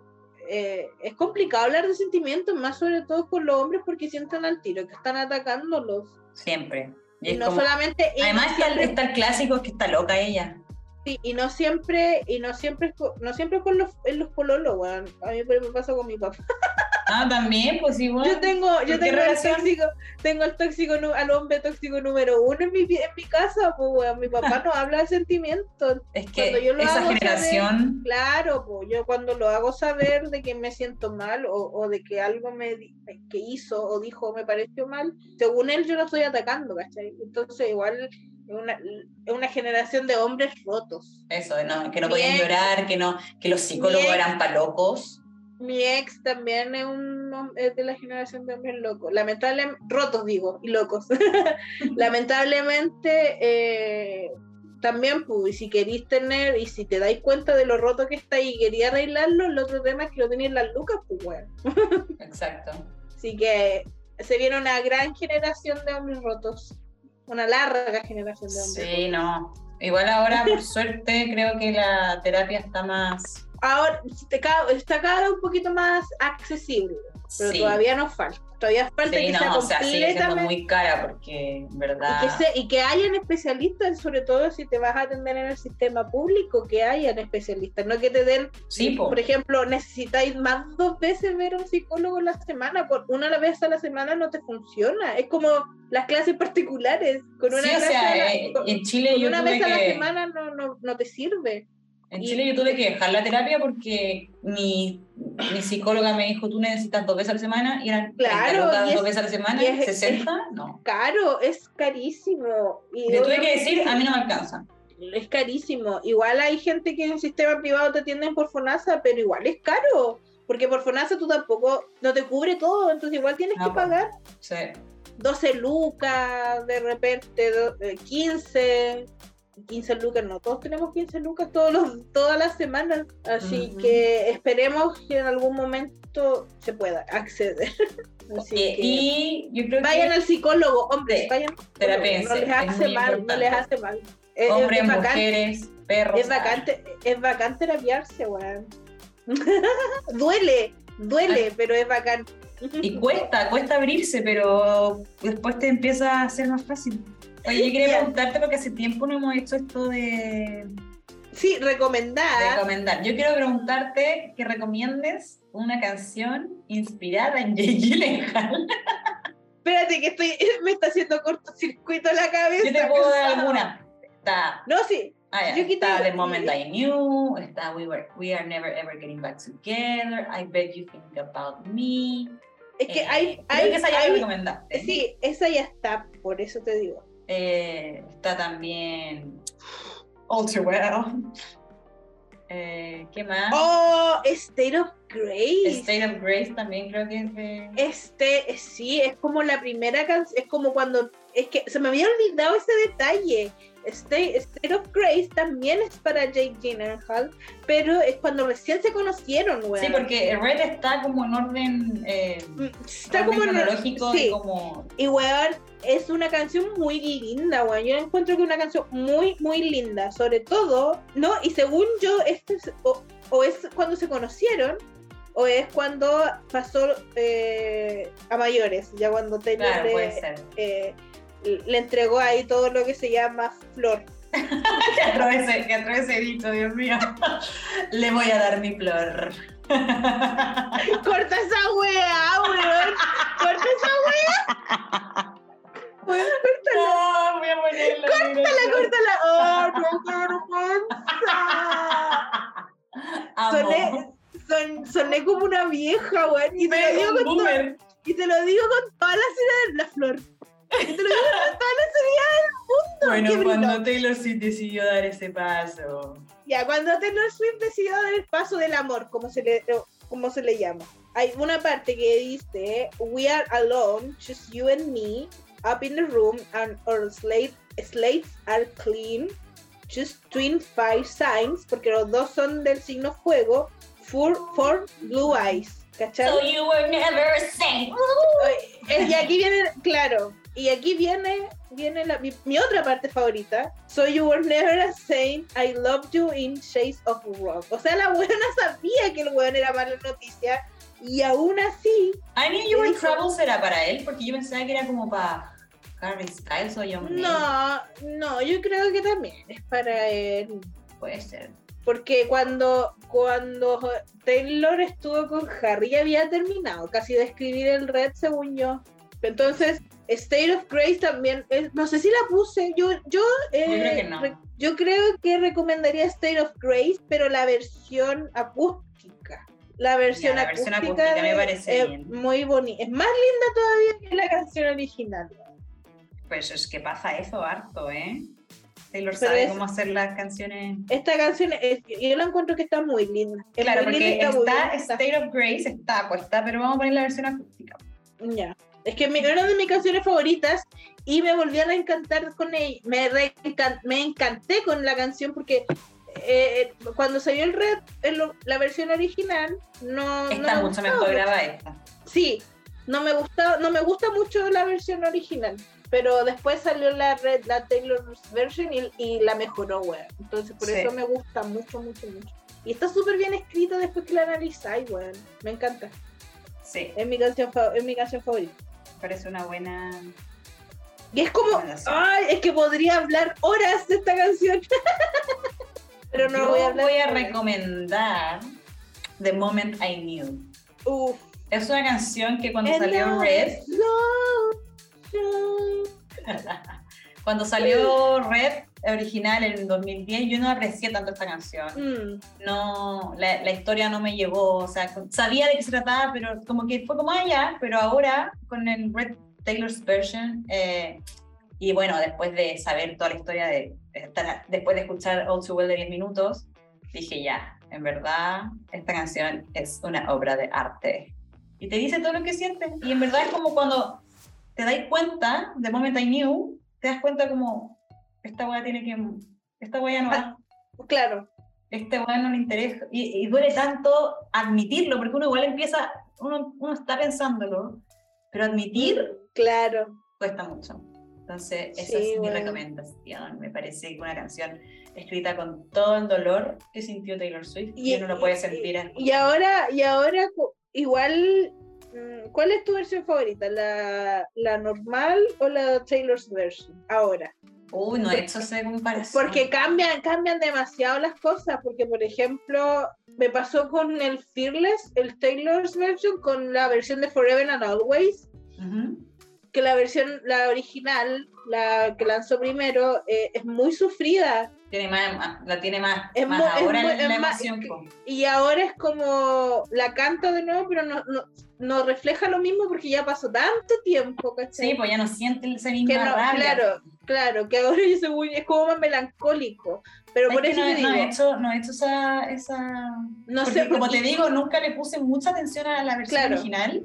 eh, es complicado hablar de sentimientos, más sobre todo con los hombres porque sienten al tiro que están atacándolos. Siempre. Y Y es no como- solamente ellos Además está el, siempre- está el clásico que está loca ella. Sí, y no siempre, y no siempre, co- no siempre con los, en los pololos, weón. A mí por ejemplo, me pasa con mi papá. Ah, también, pues igual. Yo tengo, yo ¿por qué tengo el relación? tóxico, tengo el tóxico, nu- al hombre tóxico número uno en mi, vi- en mi casa, pues weón. Mi papá no habla de sentimientos. es cuando que yo lo esa hago, generación, Claro, pues yo cuando lo hago saber de que me siento mal o, o de que algo me di- que hizo o dijo me pareció mal, según él yo lo estoy atacando, ¿cachai? Entonces igual es una, es una generación de hombres rotos. eso, de no, que no podían Bien. llorar, que no, que los psicólogos Bien. eran para locos. Mi ex también es, un, hom- es de la generación de hombres locos, lamentablemente, rotos digo, y locos. Lamentablemente, eh, también, pues, si queréis tener, y si te dais cuenta de lo roto que está y quería arreglarlo, el otro tema es que lo tenéis las lucas, pues, bueno. Exacto. Así que se viene una gran generación de hombres rotos, una larga generación de hombres. Sí, no. Igual ahora, por suerte, creo que la terapia está más. Ahora está cada- está cada vez un poquito más accesible, pero sí, todavía nos falta. Todavía falta sí, que no, sea o sea, sigue siendo completamente muy cara porque, en verdad. Y que, se- y que hayan especialistas, sobre todo si te vas a atender en el sistema público, que hayan especialistas, no que te den, sí, po. por ejemplo, necesitáis más dos veces ver a un psicólogo a la semana, por una vez a la semana no te funciona, es como las clases particulares, con una, Sí, o clase sea, a la- eh, con- en Chile con yo una tuve vez a la que. semana no, no, no te sirve. En Y- Chile yo tuve que dejar la terapia porque mi, mi psicóloga me dijo, tú necesitas dos veces a la semana, y eran 30 Claro, lucas y dos es- veces a la semana, y es- 60, no. Caro, es carísimo. Y Le tuve obviamente- que decir, a mí no me alcanza. es carísimo. Igual hay gente que en el sistema privado te atienden por FONASA, pero igual es caro, porque por FONASA tú tampoco, no te cubre todo, entonces igual tienes No, que pues. pagar Sí. 12 lucas, de repente do- eh, 15, 15 lucas, no, todos tenemos 15 lucas todos los, todas las semanas, así Ujú. que esperemos que en algún momento se pueda acceder. Así Eh, que y yo creo vayan que al psicólogo, hombres, Sí, vayan al psicólogo, terapéense, no les es hace muy mal, no les importante. hace mal. Es- es hombres, bacán. mujeres, perros. ah, Es vacante, es bacán terapiarse, weón. duele, duele, pero es bacán. Ah. Y cuesta, cuesta abrirse, pero después te empieza a ser más fácil. Oye, yo quería Bien. preguntarte porque hace tiempo no hemos hecho esto de Sí, recomendada. recomendar. Yo quiero preguntarte que recomiendes una canción inspirada en Jay Gyllenhaal. Espérate que estoy, me está haciendo cortocircuito la cabeza. Yo te puedo dar cansada. alguna. Está, No, sí. ah, ya, Yo quité- está The Moment I Knew, está We, Were- We Are Never Ever Getting Back Together, I Bet You Think About Me. Es que Eh, hay, creo hay, que esa ya hay- la recomendaste. sí, esa ya está, por eso te digo. Eh, está también All Too Well. Eh, ¿Qué más? Oh, State of Grace. State of Grace también creo que es de... Este, eh, sí, es como la primera canción, es como cuando, es que se me había olvidado ese detalle. State, State of Grace también es para Jake Gyllenhaal, pero es cuando recién se conocieron, güey. Sí, porque Red está como en orden... eh, Mm, Está orden como en- cronológico y sí. como... Y weón, es una canción muy linda, weón. Yo encuentro que es una canción muy, muy linda. Sobre todo, ¿no? Y según yo, esto es- o, o es cuando se conocieron, o es cuando pasó eh, a mayores, ya cuando Taylor Claro, le- puede ser. eh, le entregó ahí todo lo que se llama flor. Que atravesé, que atravesé dicho, Dios mío. Le voy a dar mi flor. ¡Corta esa wea, weón! ¡Corta esa wea! Weón, No, Ah, voy a ponerlo. Córtala, ¡Córtala! ¡Oh, no quiero pensar! Soné, son- soné como una vieja, weón. Y te, lo digo con to- boomer. y te lo digo con toda la seriedad de la flor. Y te lo digo con toda la seriedad Bueno, qué brillo. cuando Taylor Swift decidió dar ese paso. Ya, cuando Taylor Swift decidió dar el paso del amor, como se le, como se le llama, hay una parte que dice, We are alone, just you and me, up in the room, and our slate, slates are clean, just twin five signs, porque los dos son del signo fuego, four, four blue eyes, ¿cachai? you were never saying. Eh, y aquí viene, claro, y aquí viene, viene la- mi, mi otra parte favorita. So you were never a saint, I loved you in Shades of Rock. O sea, la buena sabía que el weón era mala noticia y aún así, I knew you were in trouble será para él, porque yo pensaba que era como para Harry Styles o Young May. no, no, yo creo que también es para él. Puede ser. Porque cuando, cuando Taylor estuvo con Harry ya había terminado casi de escribir el red, según yo. Entonces, State of Grace también, es- no sé si la puse, yo, yo, eh, creo que no. re- yo creo que recomendaría State of Grace, pero la versión acústica. La versión, la versión acústica, acústica me de- parece es bien. muy bonita, es más linda todavía que la canción original. Pues es que pasa eso harto, ¿eh? Taylor Pero sabe es- cómo hacer las canciones. Esta canción, es- yo la encuentro que está muy linda. Es Claro, muy porque linda, muy está este bien, State of Grace, está puesta, pero vamos a poner la versión acústica. Ya. Es que mi- era una de mis canciones favoritas y me volví a reencantar con ella. Me, reencan- me encanté con la canción porque eh, eh, cuando salió el red, el lo- la versión original, no. no Está me mucho gustaba mejor mucho. grabada esta. Sí, no me, gusta, no me gusta mucho la versión original. Pero después salió la red, la Taylor's version y, y la mejoró, weón. Entonces por Sí. eso me gusta mucho, mucho, mucho. Y está súper bien escrita después que la analizáis, weón. Me encanta. Sí, Es mi canción, fa- es mi canción favorita. me parece una buena. Y es como, Recomendación. ay, es que podría hablar horas de esta canción. Pero no Yo voy a hablar. recomendar The Moment I Knew. Uf. Es una canción que cuando And salió I Red, love you. cuando salió Red original en 2010, yo no aprecié tanto esta canción. Mm, no, la, la historia no me llegó, o sea, con- sabía de qué se trataba, pero como que fue como allá, pero ahora con el Red Taylor's version, eh, y bueno, después de saber toda la historia, de, estar- después de escuchar All Too Well de 10 minutos, dije ya, en verdad, esta canción es una obra de arte. Y te dice todo lo que sientes, y en verdad es como cuando te das cuenta, de Moment I Knew, te das cuenta como, esta wea tiene que, esta wea no va Claro, este weón no le interesa, y, y duele tanto admitirlo, porque uno igual empieza, uno, uno está pensándolo, pero admitir claro. cuesta mucho. Entonces, esa Sí, es mi weón. recomendación. Me parece que una canción escrita con todo el dolor que sintió Taylor Swift, y, Y- uno lo puede y- sentir. así. Y ahora, y ahora cu- igual, mm, ¿cuál es tu versión favorita? ¿La, la normal o la Taylor's version? Ahora. Uy, no he hecho esa comparación. Porque cambian, cambian demasiado las cosas, porque por ejemplo, me pasó con el Fearless, el Taylor's version, con la versión de Forever and Always, Ujú. que la versión, la original, la que lanzó primero, eh, es muy sufrida, Tiene más, más- la tiene más, Es más mu- es ahora mu- la es más- emoción. po. y ahora es como, la canta de nuevo, pero no, no, no refleja lo mismo porque ya pasó tanto tiempo, ¿cachai? Sí, pues ya no siente esa que misma no, rabia. claro, claro, que ahora yo según- es como más melancólico, pero Es por que eso no, te he- no he digo, hecho, no he hecho esa, esa no Porque, sé, como porque- te digo, nunca le puse mucha atención a la versión Claro. original,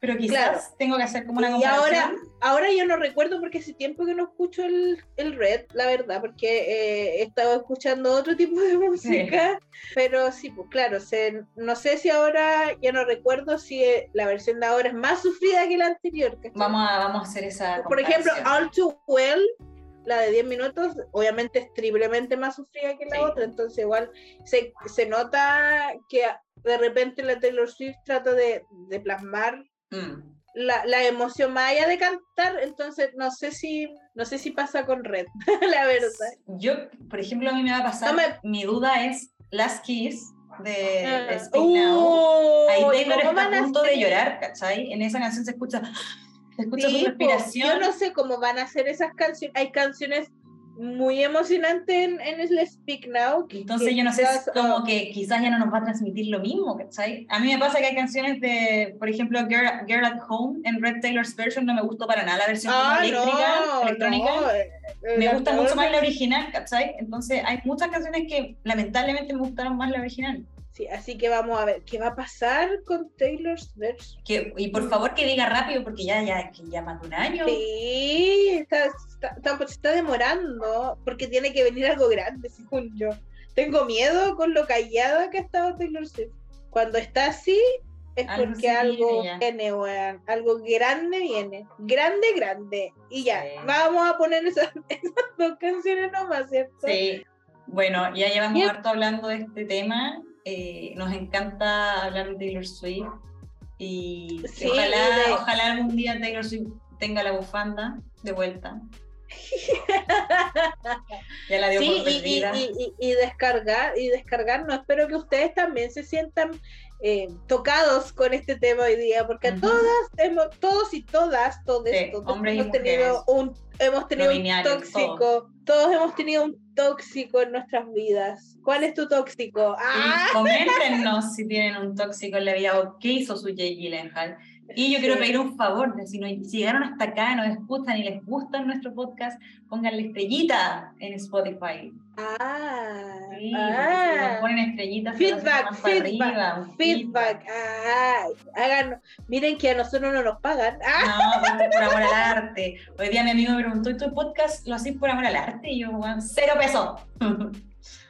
pero quizás Claro. tengo que hacer como una Y comparación. ahora, ahora yo no recuerdo porque hace tiempo que no escucho el, el red, la verdad, porque eh, he estado escuchando otro tipo de música. Pero sí, pues claro, se- no sé si ahora, ya no recuerdo si eh, la versión de ahora es más sufrida que la anterior. ¿cachai? vamos, a, vamos a hacer esa Por ejemplo, comparación. All Too Well, la de 10 minutos, obviamente es triplemente más sufrida que la Sí. otra, entonces igual se, se nota que de repente la Taylor Swift trata de- de plasmar Mm. la, la emoción más allá de cantar, entonces no sé si no sé si pasa con Red, la verdad. Yo, por ejemplo, a mí me va a pasar, No me- mi duda es Las Kiss de, de Ah. Speak Now. Ahí Uy, Taylor ¿cómo está van a a punto de hacer? llorar, ¿cachai? En esa canción se escucha, se escucha su Sí, po, Yo respiración. no sé cómo van a hacer esas canciones. Hay canciones muy emocionantes en, en el Speak Now. que- Entonces que yo no sé, quizás, si como ah, que quizás ya no nos va a transmitir lo mismo, ¿cachai? A mí me pasa que hay canciones de, por ejemplo, Girl, Girl at Home en Red Taylor's version no me gustó para nada la versión ah, como eléctrica, no, electrónica. no, eh, me la gusta peor mucho más la original, ¿cachai? Entonces hay muchas canciones que lamentablemente me gustaron más la original. Sí, así que vamos a ver qué va a pasar con Taylor's version. Que, y por favor que diga rápido porque ya, ya, que ya más de un año. Sí, está, está- está- se está demorando porque tiene que venir algo grande, según yo. Tengo miedo con lo callada que ha estado Taylor Swift. Cuando está así, Es Algo porque se algo viene ya. viene, weón. Algo grande viene. Grande, grande. Y ya, Sí. vamos a poner esas, esas dos canciones nomás, ¿cierto? Sí. Bueno, ya llevamos Bien. harto hablando de este tema. eh, nos encanta hablar de Taylor Swift. Y que Sí, ojalá, de- ojalá algún día Taylor Swift tenga la bufanda de vuelta. Ya la dio Sí, por y, y, perdida. y- y- y descargar, y descargarnos. Espero que ustedes también se sientan eh, tocados con este tema hoy día, porque a Ujú. todas hemos, todos y todas, todos, Sí, todos hombres y hemos tenido mujeres. un, hemos tenido No un binarios, tóxico, todos hemos tenido un tóxico en nuestras vidas. ¿Cuál es tu tóxico? ¡Ah! Y coméntenos si tienen un tóxico en la vida o qué hizo su Jay Gyllenhaal. Y yo quiero Sí. pedir un favor, de si nos llegaron hasta acá, nos escuchan y les gusta nuestro podcast, pónganle estrellita en Spotify. Ah, Sí, porque si ah. nos ponen estrellitas, se nos hace Feedback, más para arriba, feedback, un feedback. Ah, hagan, miren que a nosotros no nos pagan. Ah, No, porque por amor al arte. Hoy día mi amigo me preguntó, ¿y tu podcast lo haces por amor al arte? Y yo, "Weón, cero pesos. todo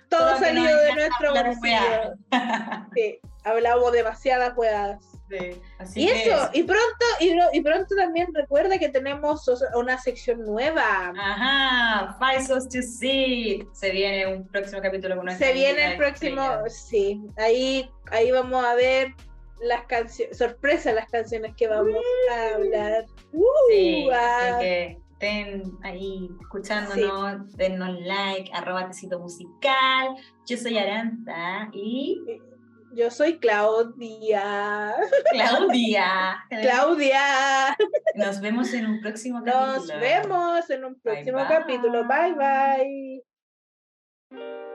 todo que salió nos de encanta nuestro hablar bolsillo. Sí, hablamos demasiadas huevadas. Sí, así Y que eso, y pronto, y, lo- y pronto también recuerda que tenemos o sea, una sección nueva. Ajá, Faisos to See. Se viene un próximo capítulo con una Se viene el próximo, Uh, sí, ahí, ahí vamos a ver las canciones, sorpresa las canciones que vamos a hablar. Sí, Uh, ah. así que estén ahí escuchándonos, dennos like, arroba tecito musical. Yo soy Aranza y Yo soy Claudia. Claudia. Claudia. Nos vemos en un próximo capítulo. Nos vemos en un próximo bye. capítulo. Bye bye.